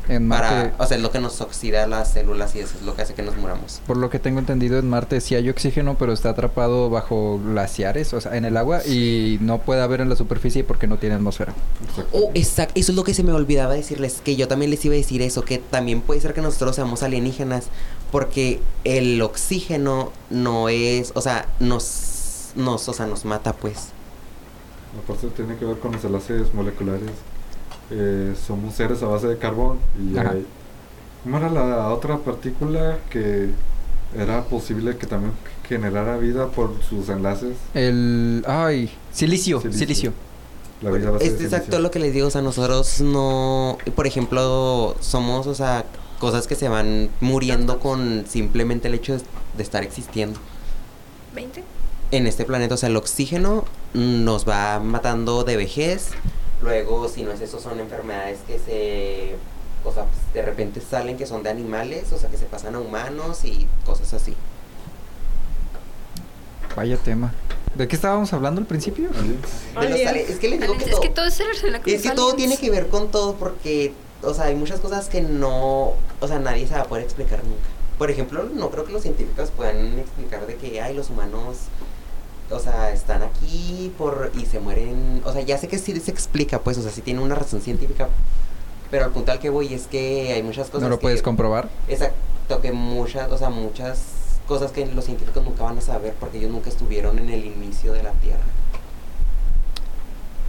S1: En Marte,
S3: para, o sea, es lo que nos oxida las células y eso es lo que hace que nos muramos.
S1: por lo que tengo entendido, en Marte sí hay oxígeno, pero está atrapado bajo glaciares, o sea, en el agua y no puede haber en la superficie porque no tiene atmósfera.
S3: Oh, exacto. Eso es lo que se me olvidaba decirles, que yo también les iba a decir eso, que también puede ser que nosotros seamos alienígenas, porque el oxígeno no es, o sea, nos, nos, o sea, nos mata, pues.
S4: Aparte tiene que ver con los enlaces moleculares. Eh, somos seres a base de carbón y
S1: Ajá.
S4: hay- ¿Cómo era la otra partícula que era posible que también generara vida por sus enlaces?
S1: El. Ay, silicio,
S4: Silicio.
S1: silicio.
S4: La vida a base
S3: Es
S4: de
S3: exacto
S4: silicio.
S3: lo que les digo, o sea, nosotros no, por ejemplo, somos, o sea, cosas que se van muriendo con simplemente el hecho de, de estar existiendo.
S5: ¿20?
S3: En este planeta, o sea, el oxígeno mm, nos va matando de vejez. Luego, si no es eso, son enfermedades que se, o sea, pues, de repente salen que son de animales, o sea, que se pasan a humanos y cosas así.
S1: Vaya tema. ¿De qué estábamos hablando al principio?
S4: Aliens.
S3: De los
S7: Aliens.
S3: ale- es que les digo que
S5: Es
S3: todo-
S5: que todo se relaciona con
S3: Es
S5: los
S3: que todo
S5: aliens.
S3: tiene que ver con todo porque, o sea, hay muchas cosas que no, o sea, nadie se va a poder explicar nunca. Por ejemplo, no creo que los científicos puedan explicar de que, ay, los humanos, o sea, están aquí por y se mueren. O sea, ya sé que sí se explica, pues, o sea, sí tiene una razón científica, pero al punto al que voy es que hay muchas cosas
S1: no lo
S3: que-
S1: puedes comprobar.
S3: Exacto, que muchas, o sea, muchas cosas que los científicos nunca van a saber porque ellos nunca estuvieron en el inicio de la Tierra.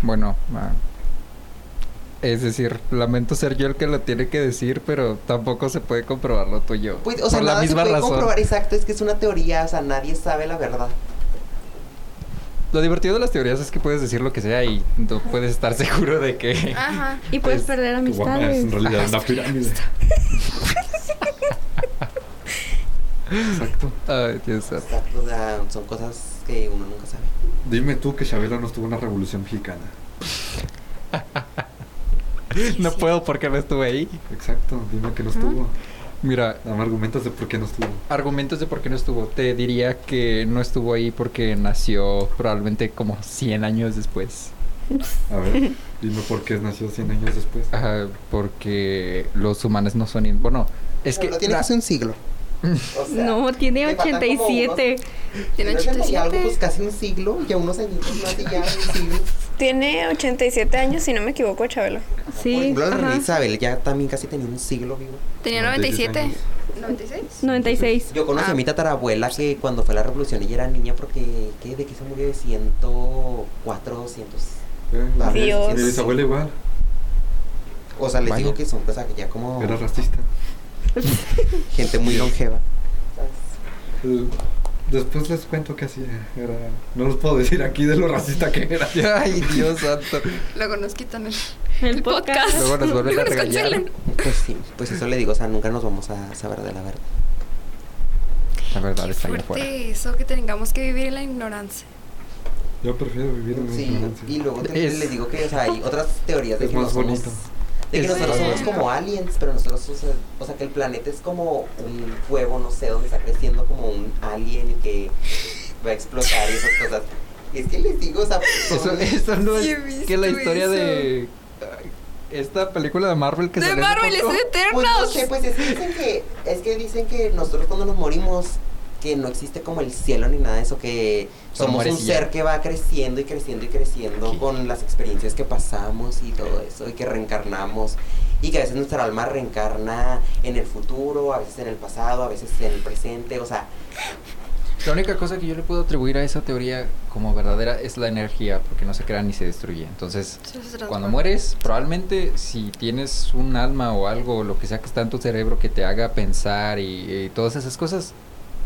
S1: Bueno, ah, es decir, lamento ser yo el que lo tiene que decir, pero tampoco se puede comprobar lo tuyo.
S3: Pues, o sea,
S1: por
S3: nada
S1: la
S3: se
S1: misma
S3: puede
S1: razón.
S3: comprobar exacto, es que es una teoría, o sea, nadie sabe la verdad.
S1: Lo divertido de las teorías es que puedes decir lo que sea y no puedes estar seguro de que.
S5: Ajá.
S9: Y puedes
S1: Pues,
S9: perder
S4: Que, bueno, es
S9: amistades.
S4: en realidad una pirámide. Exacto.
S1: Ay, Dios santo.
S3: Exacto, o sea, son cosas que uno nunca sabe.
S4: Dime tú que Chabela no estuvo en la Revolución Mexicana.
S1: No puedo porque no estuve ahí.
S4: Exacto, dime que no estuvo.
S1: Mira,
S4: Dame argumentos de por qué no estuvo.
S1: argumentos de por qué no estuvo. Te diría que no estuvo ahí porque nació probablemente como 100 años después.
S4: A ver, dime por qué nació 100 años después.
S1: Ajá, porque los humanos no son... in- Bueno, es que...
S3: Pero tiene
S1: la-
S3: casi un siglo. O sea,
S9: No, tiene
S3: le faltan como
S9: 87.
S5: Tiene
S3: unos- ochenta y algo,
S5: 87.
S3: pues casi un siglo, ya unos añitos más y ya un siglo.
S9: Tiene 87 años, si no me equivoco, Chabelo.
S3: Por
S10: Sí,
S3: ejemplo, la reina
S10: ajá.
S3: Isabel ya también casi tenía un siglo vivo.
S5: Tenía
S4: 96
S5: 97.
S4: años.
S5: ¿96?
S10: 96.
S3: Yo conocí a
S5: Ah.
S3: mi tatarabuela que cuando fue la revolución ella era niña porque, ¿qué? ¿De qué se murió? De 104, 200.
S4: Eh,
S3: La
S4: mi-
S9: Dios.
S4: Mi bisabuela igual,
S3: O sea, les
S1: Vaya.
S3: digo que son cosas que ya como
S4: era racista.
S3: gente muy longeva.
S4: Eh, Después les cuento qué hacía. Era... No les puedo decir aquí de lo racista que era.
S1: Ay, Dios santo.
S5: Luego nos quitan el,
S10: El
S5: el podcast.
S10: podcast.
S1: Luego nos vuelven a
S5: Luego nos
S1: regañar.
S5: cancelan.
S3: Pues sí, pues eso le digo, o sea, nunca nos vamos a saber de la verdad.
S1: La verdad
S5: Qué
S1: está allá afuera.
S5: fuerte eso, que tengamos que vivir en la ignorancia.
S4: Yo prefiero vivir en
S3: Sí,
S4: ignorancia.
S3: y luego te-
S1: Es-
S3: les digo que o sea, hay otras teorías de
S4: Es
S3: que, no
S4: más
S3: somos,
S4: bonito.
S3: de que
S1: Es-
S3: nosotros
S1: Sí.
S3: somos como aliens, pero nosotros, o sea, o sea, que el planeta es como un huevo, no sé, donde está creciendo como un alien y que va a explotar y esas cosas. Es que les digo, o sea, son-
S1: Eso, eso no
S5: Sí,
S1: es
S5: he visto
S1: que la historia
S5: eso.
S1: de... ay, Esta película de Marvel que
S5: De
S1: salió hace
S5: Marvel, es
S1: poco.
S3: pues no
S5: Eternos.
S3: sé, pues es que dicen que, es que dicen que nosotros cuando nos morimos que no existe como el cielo ni nada de eso, que
S1: Solo
S3: somos un
S1: mueres y ya.
S3: ser que va creciendo y creciendo y creciendo
S1: Ok.
S3: con las experiencias que pasamos y todo eso, y que reencarnamos, y que a veces nuestra alma reencarna en el futuro, a veces en el pasado, a veces en el presente, o sea,
S1: La única cosa que yo le puedo atribuir a esa teoría como verdadera es la energía, porque no se crea ni se destruye. Entonces, Cuando mueres, probablemente si tienes un alma o algo, lo que sea que está en tu cerebro que te haga pensar y, y todas esas cosas,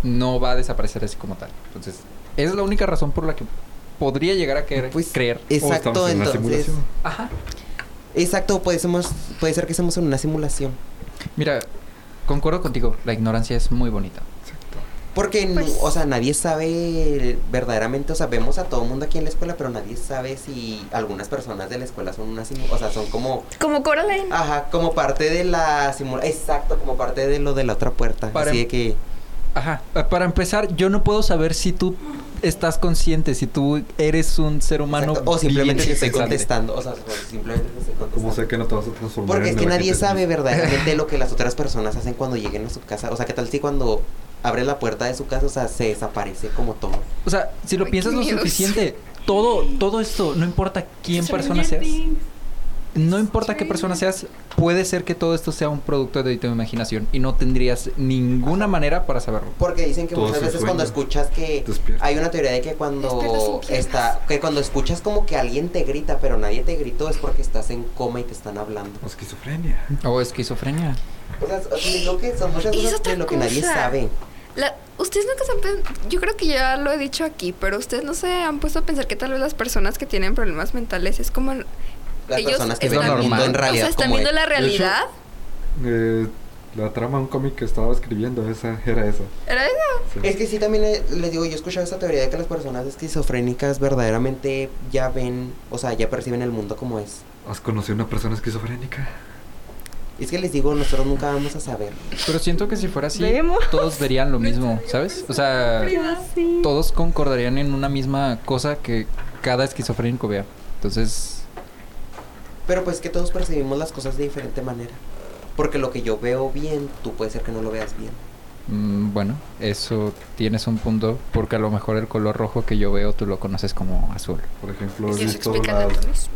S1: no va a desaparecer así como tal. Entonces, esa es la única razón por la que podría llegar a querer,
S3: Pues-
S1: creer.
S4: O
S3: exacto,
S4: estamos en la
S3: entonces,
S4: simulación.
S1: Ajá.
S3: exacto, puede, somos- puede ser que estemos en una simulación.
S1: Mira, concuerdo contigo, la ignorancia es muy bonita.
S4: Exacto.
S3: Porque, no-
S5: Pues-
S3: o sea, nadie sabe verdaderamente, o sea, vemos a todo mundo aquí en la escuela, pero nadie sabe si algunas personas de la escuela son unas, simu- o sea, son como,
S9: Como
S5: Ah,
S9: Coraline.
S3: ajá, como parte de la simulación, exacto, como parte de lo de la otra puerta.
S1: Para-
S3: Así de que,
S1: Ajá. Para empezar, yo no puedo saber si tú estás consciente, si tú eres un ser humano.
S3: exacto, o simplemente te
S1: viviente y
S3: estoy
S1: pensante.
S3: contestando, o sea, simplemente te estoy
S4: ¿Cómo sé
S3: contestando.
S4: que no te vas a transformar
S3: Porque
S4: en
S3: es que
S4: el
S3: nadie
S4: agente
S3: sabe
S4: Smith?
S3: verdaderamente lo que las otras personas hacen cuando lleguen a su casa. O sea, ¿qué tal si cuando abre la puerta de su casa, o sea, se desaparece como todo?
S1: O sea, si lo
S5: Ay,
S1: piensas
S5: qué
S1: lo
S5: miedo.
S1: suficiente, todo, todo esto, no importa quién persona seas, no importa qué persona seas, puede ser que todo esto sea un producto de tu imaginación y no tendrías ninguna manera para saberlo.
S3: Porque dicen que
S4: Todo
S3: muchas
S4: se
S3: veces
S4: sueña.
S3: cuando escuchas que
S4: Despierta.
S3: hay una teoría de que
S5: Despierta sin
S3: cuando
S5: piernas.
S3: está que cuando escuchas como que alguien te grita, pero nadie te gritó es porque estás en coma y te están hablando.
S4: O esquizofrenia.
S1: O esquizofrenia.
S3: O sea, es- es lo que son muchas
S5: Y es
S3: cosas
S5: otra
S3: de lo que nadie
S5: cosa.
S3: sabe.
S5: La- ustedes nunca se han pen- yo creo que ya lo he dicho aquí, pero ustedes no se han puesto a pensar que tal vez las personas que tienen problemas mentales es como
S3: Las
S5: ellos
S3: personas que
S1: es lo
S3: ven al mundo
S1: normal.
S3: en realidad
S5: o sea, están
S3: como
S5: viendo
S3: es.
S5: la
S4: hecho-
S5: realidad.
S4: Eh, la trama de un cómic que estaba escribiendo esa era esa.
S5: ¿Era eso?
S4: Sí.
S3: Es que sí, también eh, les digo, yo he escuchado esa teoría de que las personas esquizofrénicas verdaderamente ya ven, o sea, ya perciben el mundo como es.
S4: ¿Has conocido una persona esquizofrénica?
S3: Es que les digo, nosotros nunca vamos a saber.
S1: Pero siento que si fuera así,
S9: Vemos.
S1: todos verían lo mismo, ¿sabes? O sea,
S9: Sí.
S1: todos concordarían en una misma cosa que cada esquizofrénico vea. Entonces,
S3: Pero pues que todos percibimos las cosas de diferente manera. Porque lo que yo veo bien, tú puede ser que no lo veas bien.
S1: mm, bueno, eso tienes un punto, porque a lo mejor el color rojo que yo veo tú lo conoces como azul.
S4: Por ejemplo,
S1: pues,
S4: he
S5: Ellos
S4: visto
S5: explican
S4: las-
S5: entonces.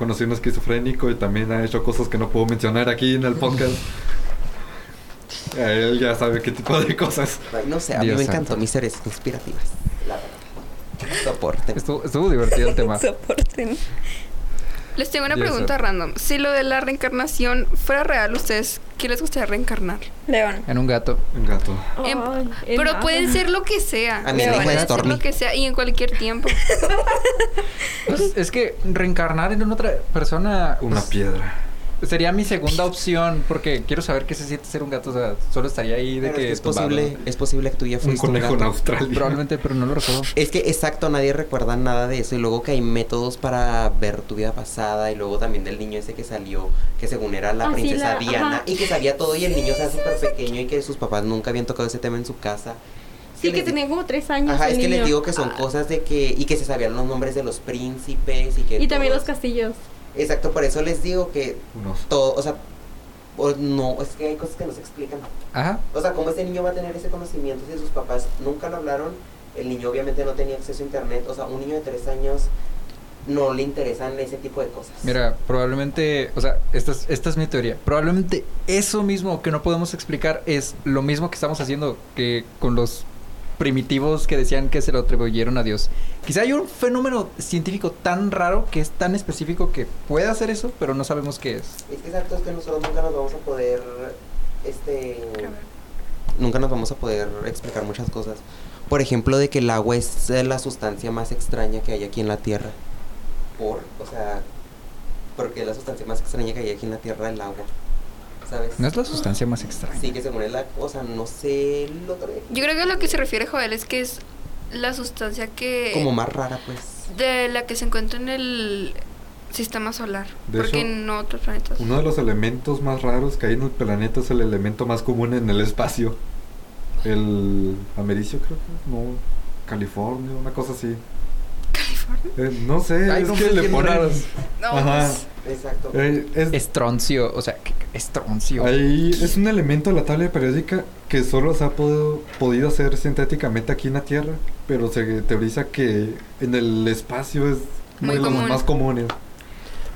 S4: conocí a un esquizofrénico y también ha hecho cosas que no puedo mencionar aquí en el podcast. Eh, Él ya sabe qué tipo de cosas.
S3: Ay, No sé, a
S1: Dios
S3: mí me
S1: santo.
S3: encantó mis series inspirativas. La verdad. Soporte.
S1: Estuvo, estuvo divertido el tema.
S9: Soporten.
S5: Les tengo una
S4: Ya
S5: pregunta
S4: sé.
S5: random. Si lo de la reencarnación fuera real, ¿ustedes qué les gustaría reencarnar?
S9: León.
S1: En un gato.
S4: Un gato.
S5: Em, Pero pueden ser lo que sea.
S3: A mí
S5: O sea,
S3: me dijo
S5: pueden ser
S3: Stormy.
S5: lo que sea y en cualquier tiempo.
S1: Pues, es que reencarnar en una otra persona
S4: Una
S1: pues,
S4: piedra.
S1: sería mi segunda opción porque quiero saber qué se siente ser un gato. O sea, solo estaría ahí de
S3: Pero
S1: que
S3: es, que es
S1: tumbado.
S3: posible, es posible que tú ya
S4: Un
S3: fuiste un
S4: conejo en
S3: gato.
S4: Australia.
S1: Probablemente, pero no lo recuerdo.
S3: Es que exacto, nadie recuerda nada de eso. Y luego que hay métodos para ver tu vida pasada. Y luego también del niño ese que salió, que según era la
S7: Ah, sí,
S3: princesa
S7: la-
S3: Diana.
S7: ajá.
S3: Y que sabía todo. Y el niño, o sea, súper pequeño. Y que sus papás nunca habían tocado ese tema en su casa.
S7: Sí, que
S3: les di-
S7: tenía como tres años.
S3: Ajá,
S7: el
S3: es que les
S7: niño. Ah.
S3: digo que son cosas de que. Y que se sabían los nombres de los príncipes. Y que.
S7: Y también los
S3: todos-
S7: castillos.
S3: Exacto, por eso les digo que
S4: Unos.
S3: todo. O sea, o- no, es que hay cosas que no se explican.
S1: Ajá.
S3: O sea, ¿cómo ese niño va a tener ese conocimiento si sus papás nunca lo hablaron? El niño obviamente no tenía acceso a internet. O sea, un niño de tres años no le interesan ese tipo de cosas.
S1: Mira, probablemente, o sea, esta es, esta es mi teoría. Probablemente eso mismo que no podemos explicar es lo mismo que estamos haciendo que con los primitivos que decían que se lo atribuyeron a Dios. Quizá hay un fenómeno científico tan raro que es tan específico que puede hacer eso, pero no sabemos qué es.
S3: Es que exacto, es que nosotros nunca nos vamos a poder. Este. Nunca nos vamos a poder explicar muchas cosas. Por ejemplo, de que el agua es eh, la sustancia más extraña que hay aquí en la Tierra. ¿Por? O sea, porque es la sustancia más extraña que hay aquí en la Tierra, el agua. ¿Sabes?
S1: No es la sustancia más extraña.
S3: Sí, que según es la. O sea, no sé lo otro día.
S5: Yo creo que a lo que se refiere Joel es que es la sustancia que...
S3: Como más rara, pues.
S5: De la que se encuentra en el sistema solar.
S4: De
S5: porque
S4: hecho,
S5: en otros planetas...
S4: Uno de los elementos más raros que hay en el planeta es el elemento más común en el espacio. El americio, creo que. No. California, una cosa así.
S5: California.
S4: Eh, no sé,
S1: Ay,
S4: es
S1: no
S4: que
S1: sé
S4: le
S1: quién
S4: ponen.
S1: raros.
S5: No,
S4: Ajá.
S5: pues,
S3: Exacto.
S4: Eh, es-
S1: Estroncio, o sea, ¿qué- qué- estroncio.
S4: Ahí es un elemento de la tabla periódica que solo se ha podido, podido hacer sintéticamente aquí en la Tierra, pero se teoriza que en el espacio es uno
S5: Muy
S4: de los
S5: común.
S4: más comunes.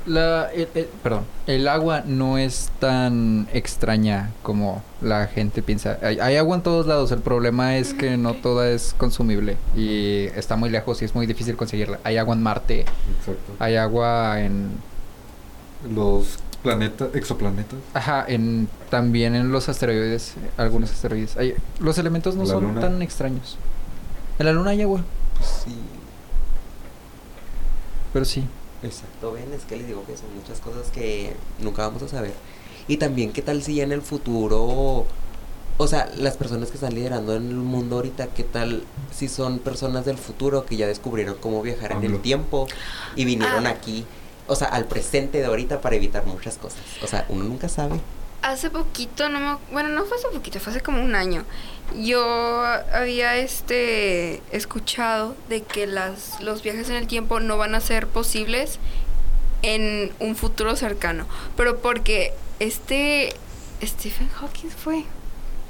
S1: La, el- el- perdón, el agua no es tan extraña como la gente piensa. Hay, hay agua en todos lados, el problema es que no toda es consumible y está muy lejos y es muy difícil conseguirla. Hay agua en Marte,
S4: Exacto.
S1: hay agua en...
S4: Los planetas, exoplanetas,
S1: Ajá, en, también en los asteroides, eh, algunos asteroides. Hay- los elementos no
S4: La
S1: son
S4: luna.
S1: tan extraños. En la luna hay agua,
S3: Sí.
S1: pero sí.
S3: Exacto, ven, es que les digo que son muchas cosas que nunca vamos a saber. Y también, ¿qué tal si ya en el futuro O sea, las personas que están liderando en el mundo ahorita, ¿qué tal si son personas del futuro que ya descubrieron cómo viajar en
S4: AMLO.
S3: el tiempo y vinieron aquí, o sea, al presente de ahorita para evitar muchas cosas? O sea, uno nunca sabe.
S5: Hace poquito, no me, ac- bueno, no fue hace poquito, fue hace como un año. Yo había este escuchado de que las los viajes en el tiempo no van a ser posibles en un futuro cercano, pero porque este Stephen Hawking fue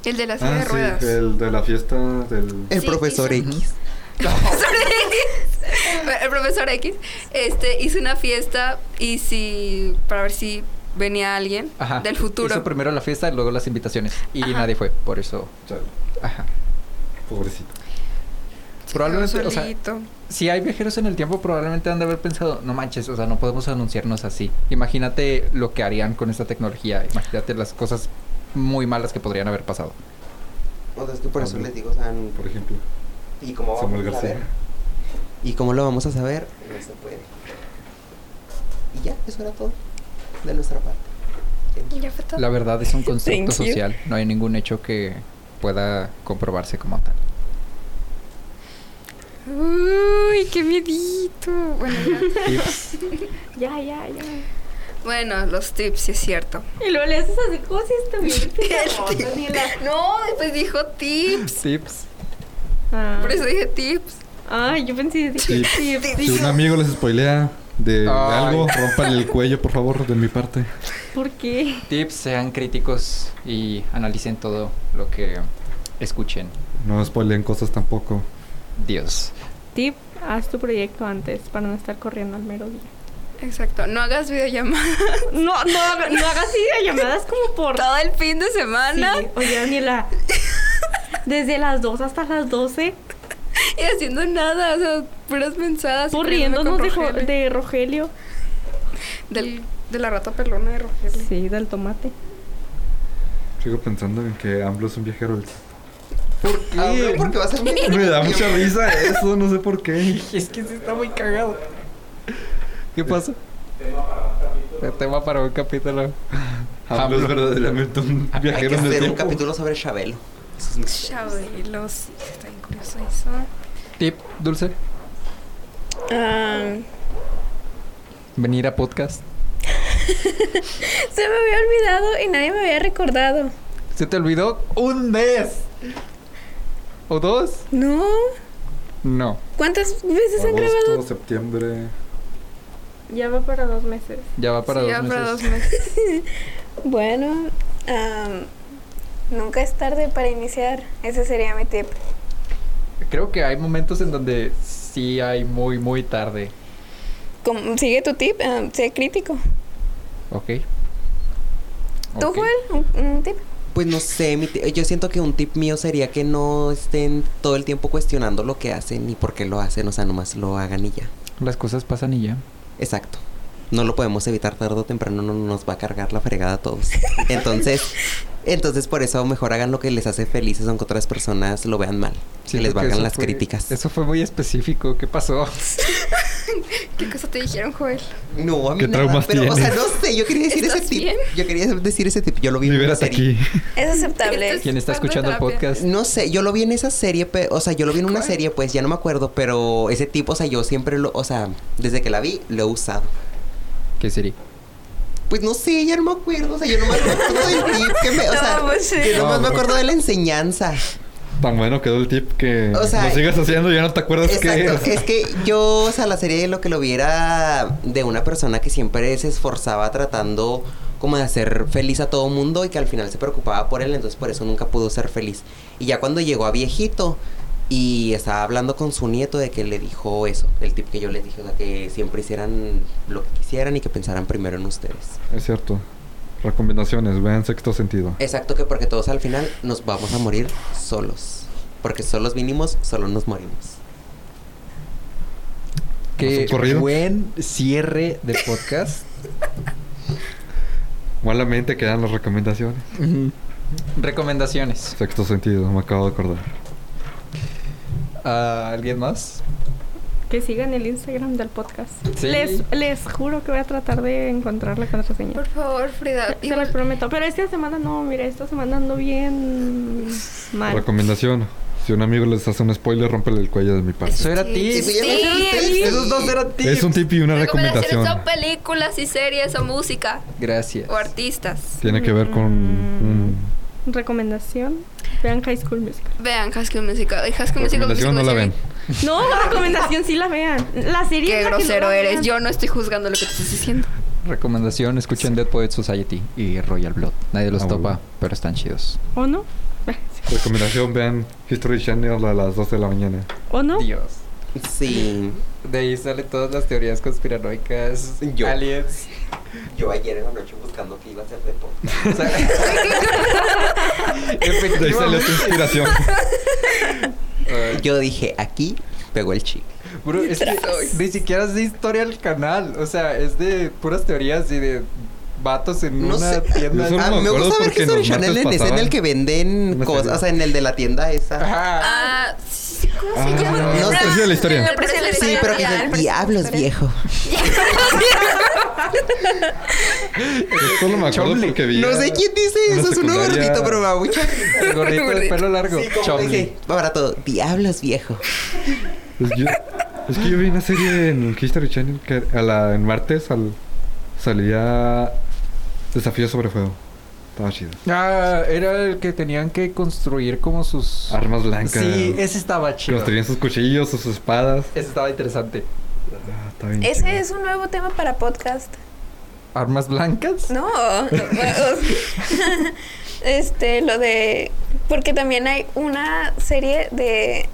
S5: el de las silla
S4: Ah,
S5: de ruedas.
S4: sí, el de la fiesta del...
S3: El
S5: Sí,
S3: profesor
S5: hizo-
S3: X.
S5: profesor X. El profesor X este, hizo una fiesta y si para ver si venía alguien
S1: Ajá.
S5: del futuro.
S1: Hizo primero la fiesta y luego las invitaciones. Y
S5: Ajá.
S1: nadie fue, por eso.
S4: Chale,
S1: Ajá.
S4: pobrecito.
S5: Se
S1: Probablemente,
S5: quedó
S1: o sea,
S5: solito.
S1: Si hay viajeros en el tiempo, probablemente han de haber pensado, no manches, o sea, no podemos anunciarnos así. Imagínate lo que harían con esta tecnología. Imagínate las cosas muy malas que podrían haber pasado.
S3: O sea, es que por eso
S4: Hombre.
S3: les digo, o sea,
S4: Por ejemplo,
S3: ¿y cómo
S4: Samuel
S3: vamos a
S4: García.
S3: saber? ¿Y cómo lo vamos a saber? No se puede. Y ya, eso era todo de nuestra parte.
S5: Y ya fue todo.
S1: La verdad es un
S9: Thank
S1: concepto
S9: you.
S1: social. No hay ningún hecho que pueda comprobarse como tal.
S5: Uy, qué miedito. Bueno, ya.
S1: Tips.
S7: Ya, ya, ya.
S5: Bueno, los tips, sí es cierto.
S7: Y luego le haces así como si estuviera ni la...
S5: No, después dijo tips.
S3: Pues
S1: Tips.
S7: Ah.
S5: Por eso dije tips.
S7: Ah, yo pensé dije,
S4: Sí.
S7: sí,
S4: si un amigo les spoilea de, de
S1: Ay.
S4: algo, rompanle el cuello, por favor, de mi parte.
S7: ¿por qué?
S1: Tips, sean críticos y analicen todo lo que escuchen.
S4: No spoileen cosas tampoco.
S1: Dios.
S7: Tip, haz tu proyecto antes para no estar corriendo al mero día.
S5: Exacto. No hagas videollamadas
S7: No, no, haga- no hagas videollamadas como por...
S5: todo el fin de semana
S7: Sí, oye, Daniela, desde las 2 hasta las 12,
S5: y haciendo nada. O sea, puras mensadas.
S7: tú
S5: corriendo
S7: riéndonos de,
S5: con
S7: Jo-
S5: Rogelio.
S7: de Rogelio.
S5: Del- de la rata pelona de Rogelio.
S7: Sí, del tomate.
S4: Sigo pensando en que AMLO es un viajero. del-
S1: ¿Por
S3: Ah, no, porque va a ser muy-
S4: Me da mucha risa eso, no sé por qué.
S1: Es que sí está muy cagado. ¿Qué pasa? El tema para un capítulo.
S4: AMLO es verdaderamente un
S3: Hay que
S4: viajero en el
S3: hacer un
S4: tiempo.
S3: capítulo sobre Chabelo. Eso es mi-
S5: Chabelo, sí, está bien curioso eso.
S1: Tip, dulce.
S9: Ah,
S1: Venir a podcast.
S9: se me había olvidado y nadie me había recordado.
S1: ¿Se te olvidó un mes? ¿O dos?
S9: No.
S1: No,
S9: ¿Cuántas veces han
S4: Agosto,
S9: grabado?
S4: septiembre.
S7: Ya va para dos meses.
S1: ya va para
S5: Sí,
S1: dos
S5: ya
S1: meses.
S5: para dos meses.
S9: Bueno, ah, nunca es tarde para iniciar. Ese sería mi tip.
S1: Creo que hay momentos en donde sí hay muy, muy tarde.
S9: Com- Sigue tu tip, ah, sé crítico.
S1: ¿Ok?
S9: ¿Tú,
S1: Ok.
S9: Joel? ¿Un, un tip?
S3: Pues no sé, mi ti- yo siento que un tip mío sería que no estén todo el tiempo cuestionando lo que hacen y por qué lo hacen, o sea, nomás lo hagan y ya.
S1: Las cosas pasan y ya.
S3: Exacto. No lo podemos evitar tarde o temprano, no nos va a cargar la fregada a todos. Entonces, entonces por eso mejor hagan lo que les hace felices aunque otras personas lo vean mal. que
S1: Siento
S3: les valgan
S1: eso
S3: las
S1: fue-
S3: críticas.
S1: Eso fue muy específico. ¿Qué pasó?
S5: ¿Qué cosa te dijeron, Joel?
S3: No, a mí
S4: ¿Qué
S3: nada,
S4: traumas
S3: pero o sea,
S4: tienes?
S3: no sé, yo quería decir ese
S5: ¿Estás
S3: tip.
S5: bien?
S3: Yo quería decir ese tip, yo lo vi en una
S4: Libérate
S3: serie.
S4: aquí.
S9: Es aceptable.
S5: Este
S1: ¿Quién está
S5: Vas de
S1: escuchando el
S5: terapia.
S1: podcast?
S3: Pues, No sé, yo lo vi en esa serie, pe- o sea, yo lo vi en una
S5: ¿Cuál?
S3: serie, pues ya no me acuerdo, pero ese tipo, o sea, yo siempre lo, o sea, desde que la vi, lo he usado.
S1: ¿Qué sería?
S3: Pues no sé, ya no me acuerdo, o sea, yo nomás me acuerdo del tip que me, o sea,
S9: No, pues sí.
S3: yo nomás me
S4: No,
S3: acuerdo de la enseñanza.
S4: Tan bueno quedó el tip que
S3: O sea,
S4: lo sigas haciendo y ya no te acuerdas qué
S3: Exacto,
S4: es.
S3: es que yo, o sea, la serie lo que lo vi era de una persona que siempre se esforzaba tratando como de hacer feliz a todo mundo y que al final se preocupaba por él, entonces por eso nunca pudo ser feliz. Y ya cuando llegó a viejito y estaba hablando con su nieto de que le dijo eso, el tip que yo les dije, o sea, que siempre hicieran lo que quisieran y que pensaran primero en ustedes.
S4: Es cierto. Recomendaciones, vean sexto sentido.
S3: Exacto, que porque todos al final nos vamos a morir solos. Porque solos vinimos, solos nos morimos.
S1: Qué
S4: ¿Pasó corrido?
S1: buen cierre de podcast.
S4: Malamente quedan las recomendaciones.
S1: Ujú. Recomendaciones.
S4: Sexto sentido, me acabo de acordar.
S1: ¿A ¿Alguien más?
S7: que sigan el Instagram del podcast.
S1: Sí.
S7: Les, les juro que voy a tratar de encontrar la contraseña.
S5: Por favor, Frida.
S7: Se los
S5: igual-
S7: prometo. Pero esta semana no, mira, esta semana ando bien mal.
S4: Recomendación. Si un amigo les hace un spoiler, rompele el cuello de mi parte.
S1: Eso era ti.
S5: Sí, sí.
S1: Esos dos eran ti.
S4: Es un tip y una recomendación.
S5: Recomendaciones son películas y series o música
S1: Gracias.
S5: o artistas.
S4: Tiene que ver con...
S7: Mm.
S4: mm,
S7: Recomendación. Vean High School Musical.
S5: Vean High School Musical. y High School Musical.
S4: recomendación no
S5: Musical,
S4: la ven.
S5: Musical.
S7: No, la recomendación sí la vean. La serie
S5: Qué
S7: es la que no
S5: grosero
S7: la vean.
S5: eres. Yo no estoy juzgando lo que te estás diciendo.
S1: Recomendación, escuchen Dead Poet Society y Royal Blood. Nadie los
S4: Ah,
S1: topa,
S4: bueno.
S1: pero están chidos.
S7: ¿O no?
S4: Recomendación, vean History Channel a las 12 de la mañana.
S7: ¿O no?
S1: Dios.
S3: Sí.
S1: De ahí salen todas las teorías conspiranoicas,
S3: Yo.
S1: aliens.
S3: Yo ayer en la noche buscando que iba a ser de pop.
S1: O sea,
S4: De ahí salió
S1: Efectivamente.
S4: tu inspiración.
S1: Ay,
S3: Yo dije, aquí pegó el chic.
S1: Bro, es que ni siquiera es de historia el canal. O sea, es de puras teorías y de vatos en
S3: No
S1: una
S3: sé.
S1: tienda.
S4: Yo solo-
S3: Ah,
S4: me
S3: me
S4: acuerdo
S3: gusta ver
S4: porque
S3: que
S4: en los
S3: History Channel
S4: martes
S3: en ese en el que venden
S4: Una
S3: cosas,
S4: serie.
S3: o sea, en el de la tienda esa.
S1: Ajá.
S5: Ah, sí, ¿cómo se
S4: Ah,
S5: llama?
S3: no,
S5: Ah,
S3: el precio
S4: de la historia.
S5: El precio de la
S3: Sí,
S5: historia,
S3: pero que
S5: ya, el
S3: dicen,
S5: precio de la
S3: diablos
S5: historia".
S3: viejo.
S4: Yo Pues solo me acuerdo
S1: Chomle.
S4: porque vi.
S3: No sé quién dice
S4: en la
S3: eso, es uno
S4: secundaria-
S3: gordito, pero me da mucha.
S1: El gorrito de pelo largo.
S3: Sí, como
S1: Chomli.
S3: dije, barato, diablos viejo.
S4: Es, yo- es que yo vi una serie en el History Channel que a la, en martes al- salía Desafío sobre Fuego. Estaba chido.
S1: Ah, era el que tenían que construir como sus.
S4: Armas blancas.
S1: Sí, ese estaba
S4: Que
S1: chido.
S4: los tenían sus cuchillos, sus espadas.
S1: Ese estaba interesante.
S4: Ah, está bien chido.
S9: Ese es un nuevo tema para podcast.
S1: ¿Armas blancas?
S9: No. este, lo de. Porque también hay una serie de.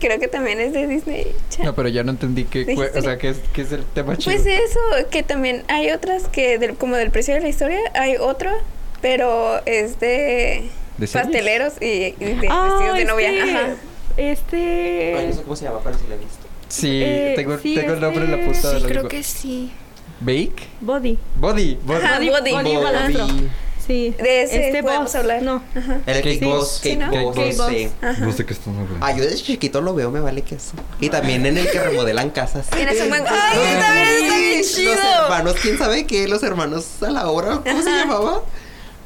S9: Creo que también es de Disney. Channel.
S1: No, pero ya no entendí qué,
S9: Sí,
S1: cue- o
S9: sí.
S1: sea, qué es, qué es el tema chido.
S5: eh,
S9: Pues eso, que también hay otras que, del, como del precio de la historia, hay otro, pero es de
S1: ¿De series?
S9: pasteleros y, y de
S7: Ah,
S9: vestidos de novia.
S7: este-
S9: Ajá.
S7: Este.
S3: cómo se llama, pero sí la he visto.
S1: Sí,
S7: Eh,
S1: tengo,
S7: sí,
S1: tengo el nombre en la
S7: ese-
S1: punta de
S5: Sí,
S1: la
S5: creo
S1: lengua.
S5: que sí.
S1: ¿Bake?
S7: Body.
S1: Body. Body.
S9: Ajá, body.
S7: Body Balastro. Sí.
S9: De ese
S7: este
S9: podemos
S7: boss.
S9: hablar.
S7: No. ajá.
S3: El
S1: Cake
S3: Cake Boss,
S1: Boss.
S9: Sí, ¿no?
S3: Cake
S7: Cake
S3: Boss, este.
S7: Boss.
S3: sí.
S4: No sé qué están hablando.
S3: Ah, yo desde chiquito lo veo, me vale queso. Y también en el que remodelan casas.
S5: Tienes un buen
S3: Los-
S5: ¡Ay, también está bien
S3: sí,
S5: chido!
S3: Los hermanos, quién sabe qué, los hermanos a la hora, ¿cómo se llamaba?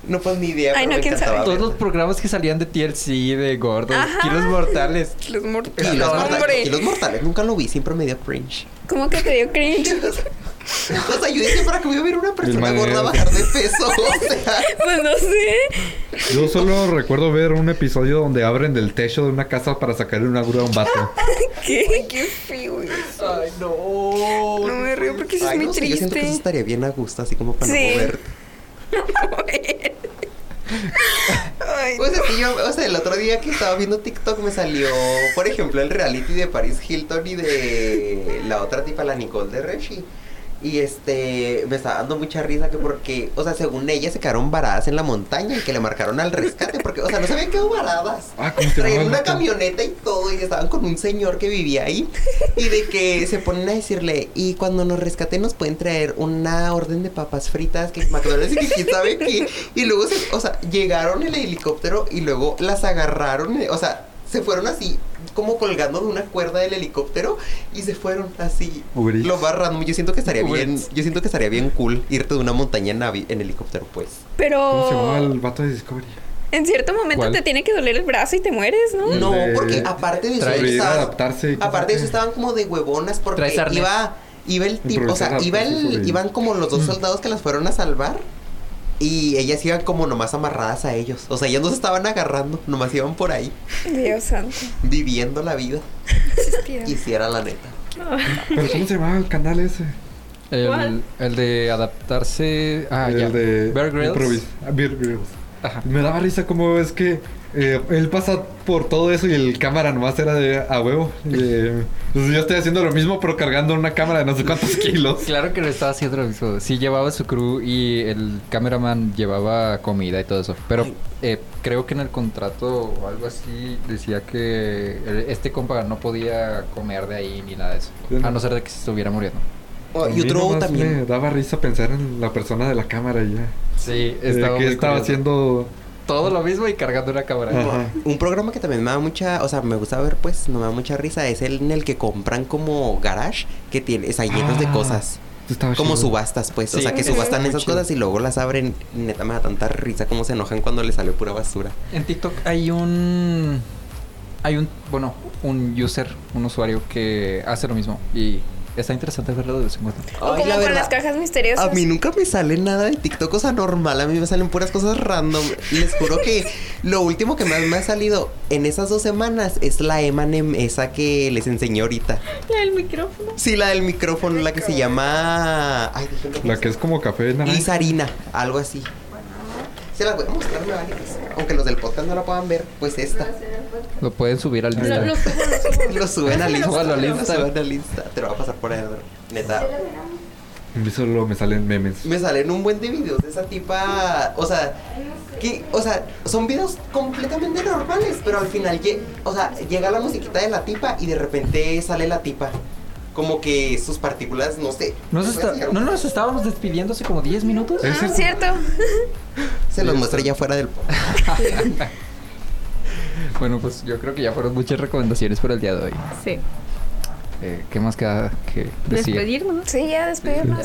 S3: No, pues ni idea.
S9: Ay,
S3: pero
S9: no,
S3: me
S9: quién sabe.
S3: encantaba
S1: Todos los
S3: verla.
S1: programas que salían de TLC, de gordos, kilos mortales.
S5: Los mortales.
S3: Y los, mortales,
S5: Hombre.
S3: y los mortales nunca lo vi, siempre me dio cringe.
S9: ¿Cómo que te dio cringe?
S3: O sea, yo dije, ¿para qué voy a ver a una persona
S4: mañanero.
S3: gorda bajar de peso? O sea,
S9: pues no sé.
S4: Yo solo recuerdo ver un episodio donde abren del techo de una casa para sacarle una grúa a un vato.
S5: Ay, qué feo. güey.
S1: Ay, no.
S5: No me río porque eso es
S3: ay,
S5: muy
S3: no sé, yo siento que eso
S5: triste.
S3: estaría bien a gusto, así como para
S9: Sí.
S3: no moverte.
S5: Ay,
S3: Pues es que yo, o sea, el otro día que estaba viendo TikTok me salió, por ejemplo, el reality de Paris Hilton y de la otra tipa, la Nicole de Reshi. Y este, me estaba dando mucha risa que porque, o sea, según ella se quedaron varadas en la montaña y que le marcaron al rescate, porque, o sea, no se habían quedado varadas.
S4: Ah, ¿cómo se
S3: Traían
S4: llamaba
S3: una
S4: el vato?
S3: camioneta y todo, y estaban con un señor que vivía ahí. Y de que se ponen a decirle, y cuando nos rescaten nos pueden traer una orden de papas fritas, que McDonald's y que quién sabe qué. Y luego, se, o sea, llegaron en el helicóptero y luego las agarraron, eh, o sea, se fueron así, como colgando de una cuerda del helicóptero y se fueron así.
S4: Uber Eats.
S3: Lo más random. Yo siento que estaría
S1: Uber
S3: bien,
S1: Eats.
S3: yo siento que estaría bien cool irte de una montaña en, avi- en helicóptero, pues.
S4: ¿Cómo se llamaba
S9: Pero
S4: el vato de Discovery?
S9: en cierto momento
S1: ¿Cuál?
S9: te tiene que doler el brazo y te mueres, ¿no?
S3: No,
S4: de-
S3: porque aparte de eso
S1: traer,
S3: ellos estaban-
S4: adaptarse y cosas
S3: aparte de eso
S4: así.
S3: estaban como de huevonas porque
S1: Traes arnés.
S3: iba iba el tipo, o sea,
S4: Improvisar
S3: iba
S4: adaptarse
S3: el
S4: sobre- Mm.
S3: iban como los dos soldados que las fueron a salvar y ellas iban como nomás amarradas a ellos, o sea, ellas no se estaban agarrando, nomás iban por ahí
S9: Dios santo.
S3: viviendo la vida,
S5: suspiro.
S3: hiciera la neta.
S4: ¿Pero cómo se llamaba el canal ese?
S1: El,
S7: ¿Cuál?
S1: el de adaptarse. Ah,
S4: el
S1: ya.
S4: de
S1: Bear Grylls.
S4: improvis- ah, Bear Grylls.
S1: Ajá.
S4: Me daba risa como es que eh, él pasa por todo eso y el cámara nomás era de a huevo. Eh, pues yo estoy haciendo lo mismo pero cargando una cámara de no sé cuántos kilos.
S1: Claro que lo estaba haciendo lo mismo. Sí, llevaba su crew y el cameraman llevaba comida y todo eso. Pero eh, creo que en el contrato o algo así decía que el- este compa no podía comer de ahí ni nada de eso. A no ser de que se estuviera muriendo.
S3: Oh,
S4: A
S3: y
S4: mí
S3: otro
S4: nomás
S3: también
S4: Me daba risa pensar en la persona de la cámara y ya.
S1: Sí,
S4: Eh,
S1: estaba
S4: ¿Qué
S1: muy
S4: estaba
S1: curioso.
S4: haciendo
S1: todo lo mismo y cargando una cámara.
S7: Ah.
S4: Ajá.
S3: Un programa que también me da mucha, o sea, me gusta ver, pues, no me da mucha risa, es el en el que compran como garage que tiene, está llenos de
S4: Ah,
S3: cosas,
S4: Estaba
S3: como
S4: chido.
S3: subastas, pues, o
S1: Sí,
S3: sea, que
S9: está
S3: subastan
S1: muy
S3: esas
S1: chido.
S3: cosas y luego las abren, neta me da tanta risa como se enojan cuando les sale pura basura.
S1: En TikTok hay un. Hay un. Bueno, un user, un usuario que hace lo mismo. Y está interesante verlo de vez en cuando.
S9: O
S3: Ay,
S9: como
S3: la
S9: con
S3: verdad,
S9: las cajas misteriosas.
S3: A mí nunca me sale nada de TikTok, o sea, normal. A mí me salen puras cosas random. Les juro que lo último que más me ha salido en esas dos semanas es la Emanem, esa que les enseñé ahorita.
S7: La del micrófono.
S3: Sí, la del micrófono, la que se llama. Ay, déjenme
S4: La que es como café naranja.
S3: Lizarina, algo así. Se la voy a mostrar, me vale, pues. Aunque los del podcast no la puedan ver, pues esta.
S1: Lo pueden subir al
S7: Lo,
S1: Insta.
S7: lo subo, lo subo.
S3: Lo suben al Insta.
S1: Súbalo al
S3: Lo
S1: Insta.
S3: suben al Insta. Te lo va a pasar por ahí, Álvaro. Neta.
S4: Y Solo me salen memes.
S3: me salen un buen de videos de esa tipa, o sea, que, o sea, son videos completamente normales, pero al final, lle- o sea, llega la musiquita de la tipa y de repente sale la tipa, como que sus partículas, no sé,
S1: ¿Nos
S3: les voy a
S1: está-
S3: enseñar
S1: ¿No
S3: un-
S1: nos estábamos despidiendo hace como 10 minutos?
S4: ¿Es
S9: Ah,
S4: cierto?
S9: cierto.
S3: se los muestro ya fuera del,
S1: Bueno, pues yo creo que ya fueron muchas recomendaciones para el día de hoy.
S7: Sí.
S1: Eh, ¿Qué más queda que decir?
S7: Despedirnos.
S9: Sí, ya despedirnos.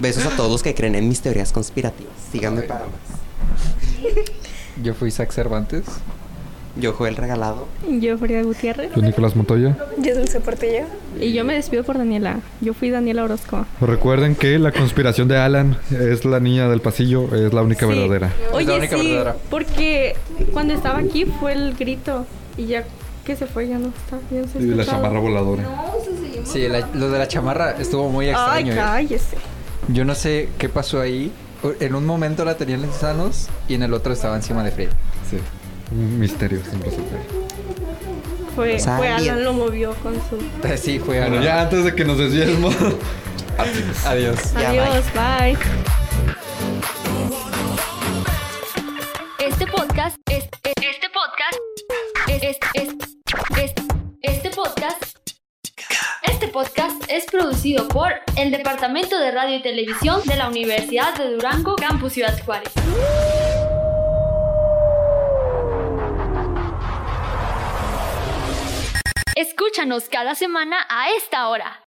S3: besos a todos los que creen en mis teorías conspirativas, síganme para más,
S1: Yo fui Zach Cervantes.
S3: yo Joel Regalado,
S7: Yo, Frida Gutiérrez.
S4: Yo, Pues Nicolás Montoya.
S9: Yo dulce portillo.
S7: Y yo me despido por Daniela. Yo fui Daniela Orozco.
S4: Recuerden que la conspiración de Alan es la niña del pasillo, es la única
S7: Sí.
S4: verdadera.
S1: Es la
S7: Oye,
S1: única
S7: sí,
S1: verdadera.
S7: porque cuando estaba aquí fue el grito y ya que se fue ya no está. Ya no se
S4: Y la
S7: escuchaba.
S4: chamarra voladora.
S1: Sí, la- lo de la chamarra estuvo muy
S7: Ay,
S1: extraño. ¿eh?
S7: cállese.
S1: Yo no sé qué pasó ahí. En un momento la tenían en Thanos y en el otro estaba encima de Frida.
S4: Sí. Un misterio siempre se trae.
S7: Fue,
S1: Pues,
S7: fue
S3: Salió.
S7: Alan lo movió con su.
S1: Sí, fue
S4: Bueno,
S1: algo.
S4: ya antes de que nos desviemos.
S1: Adiós.
S3: Ya,
S7: Adiós, bye.
S10: Este podcast es, es- este podcast es, es- es- es- este podcast este podcast es producido por el Departamento de Radio y Televisión de la Universidad de Durango, Campus Ciudad Juárez. Escúchanos cada semana a esta hora.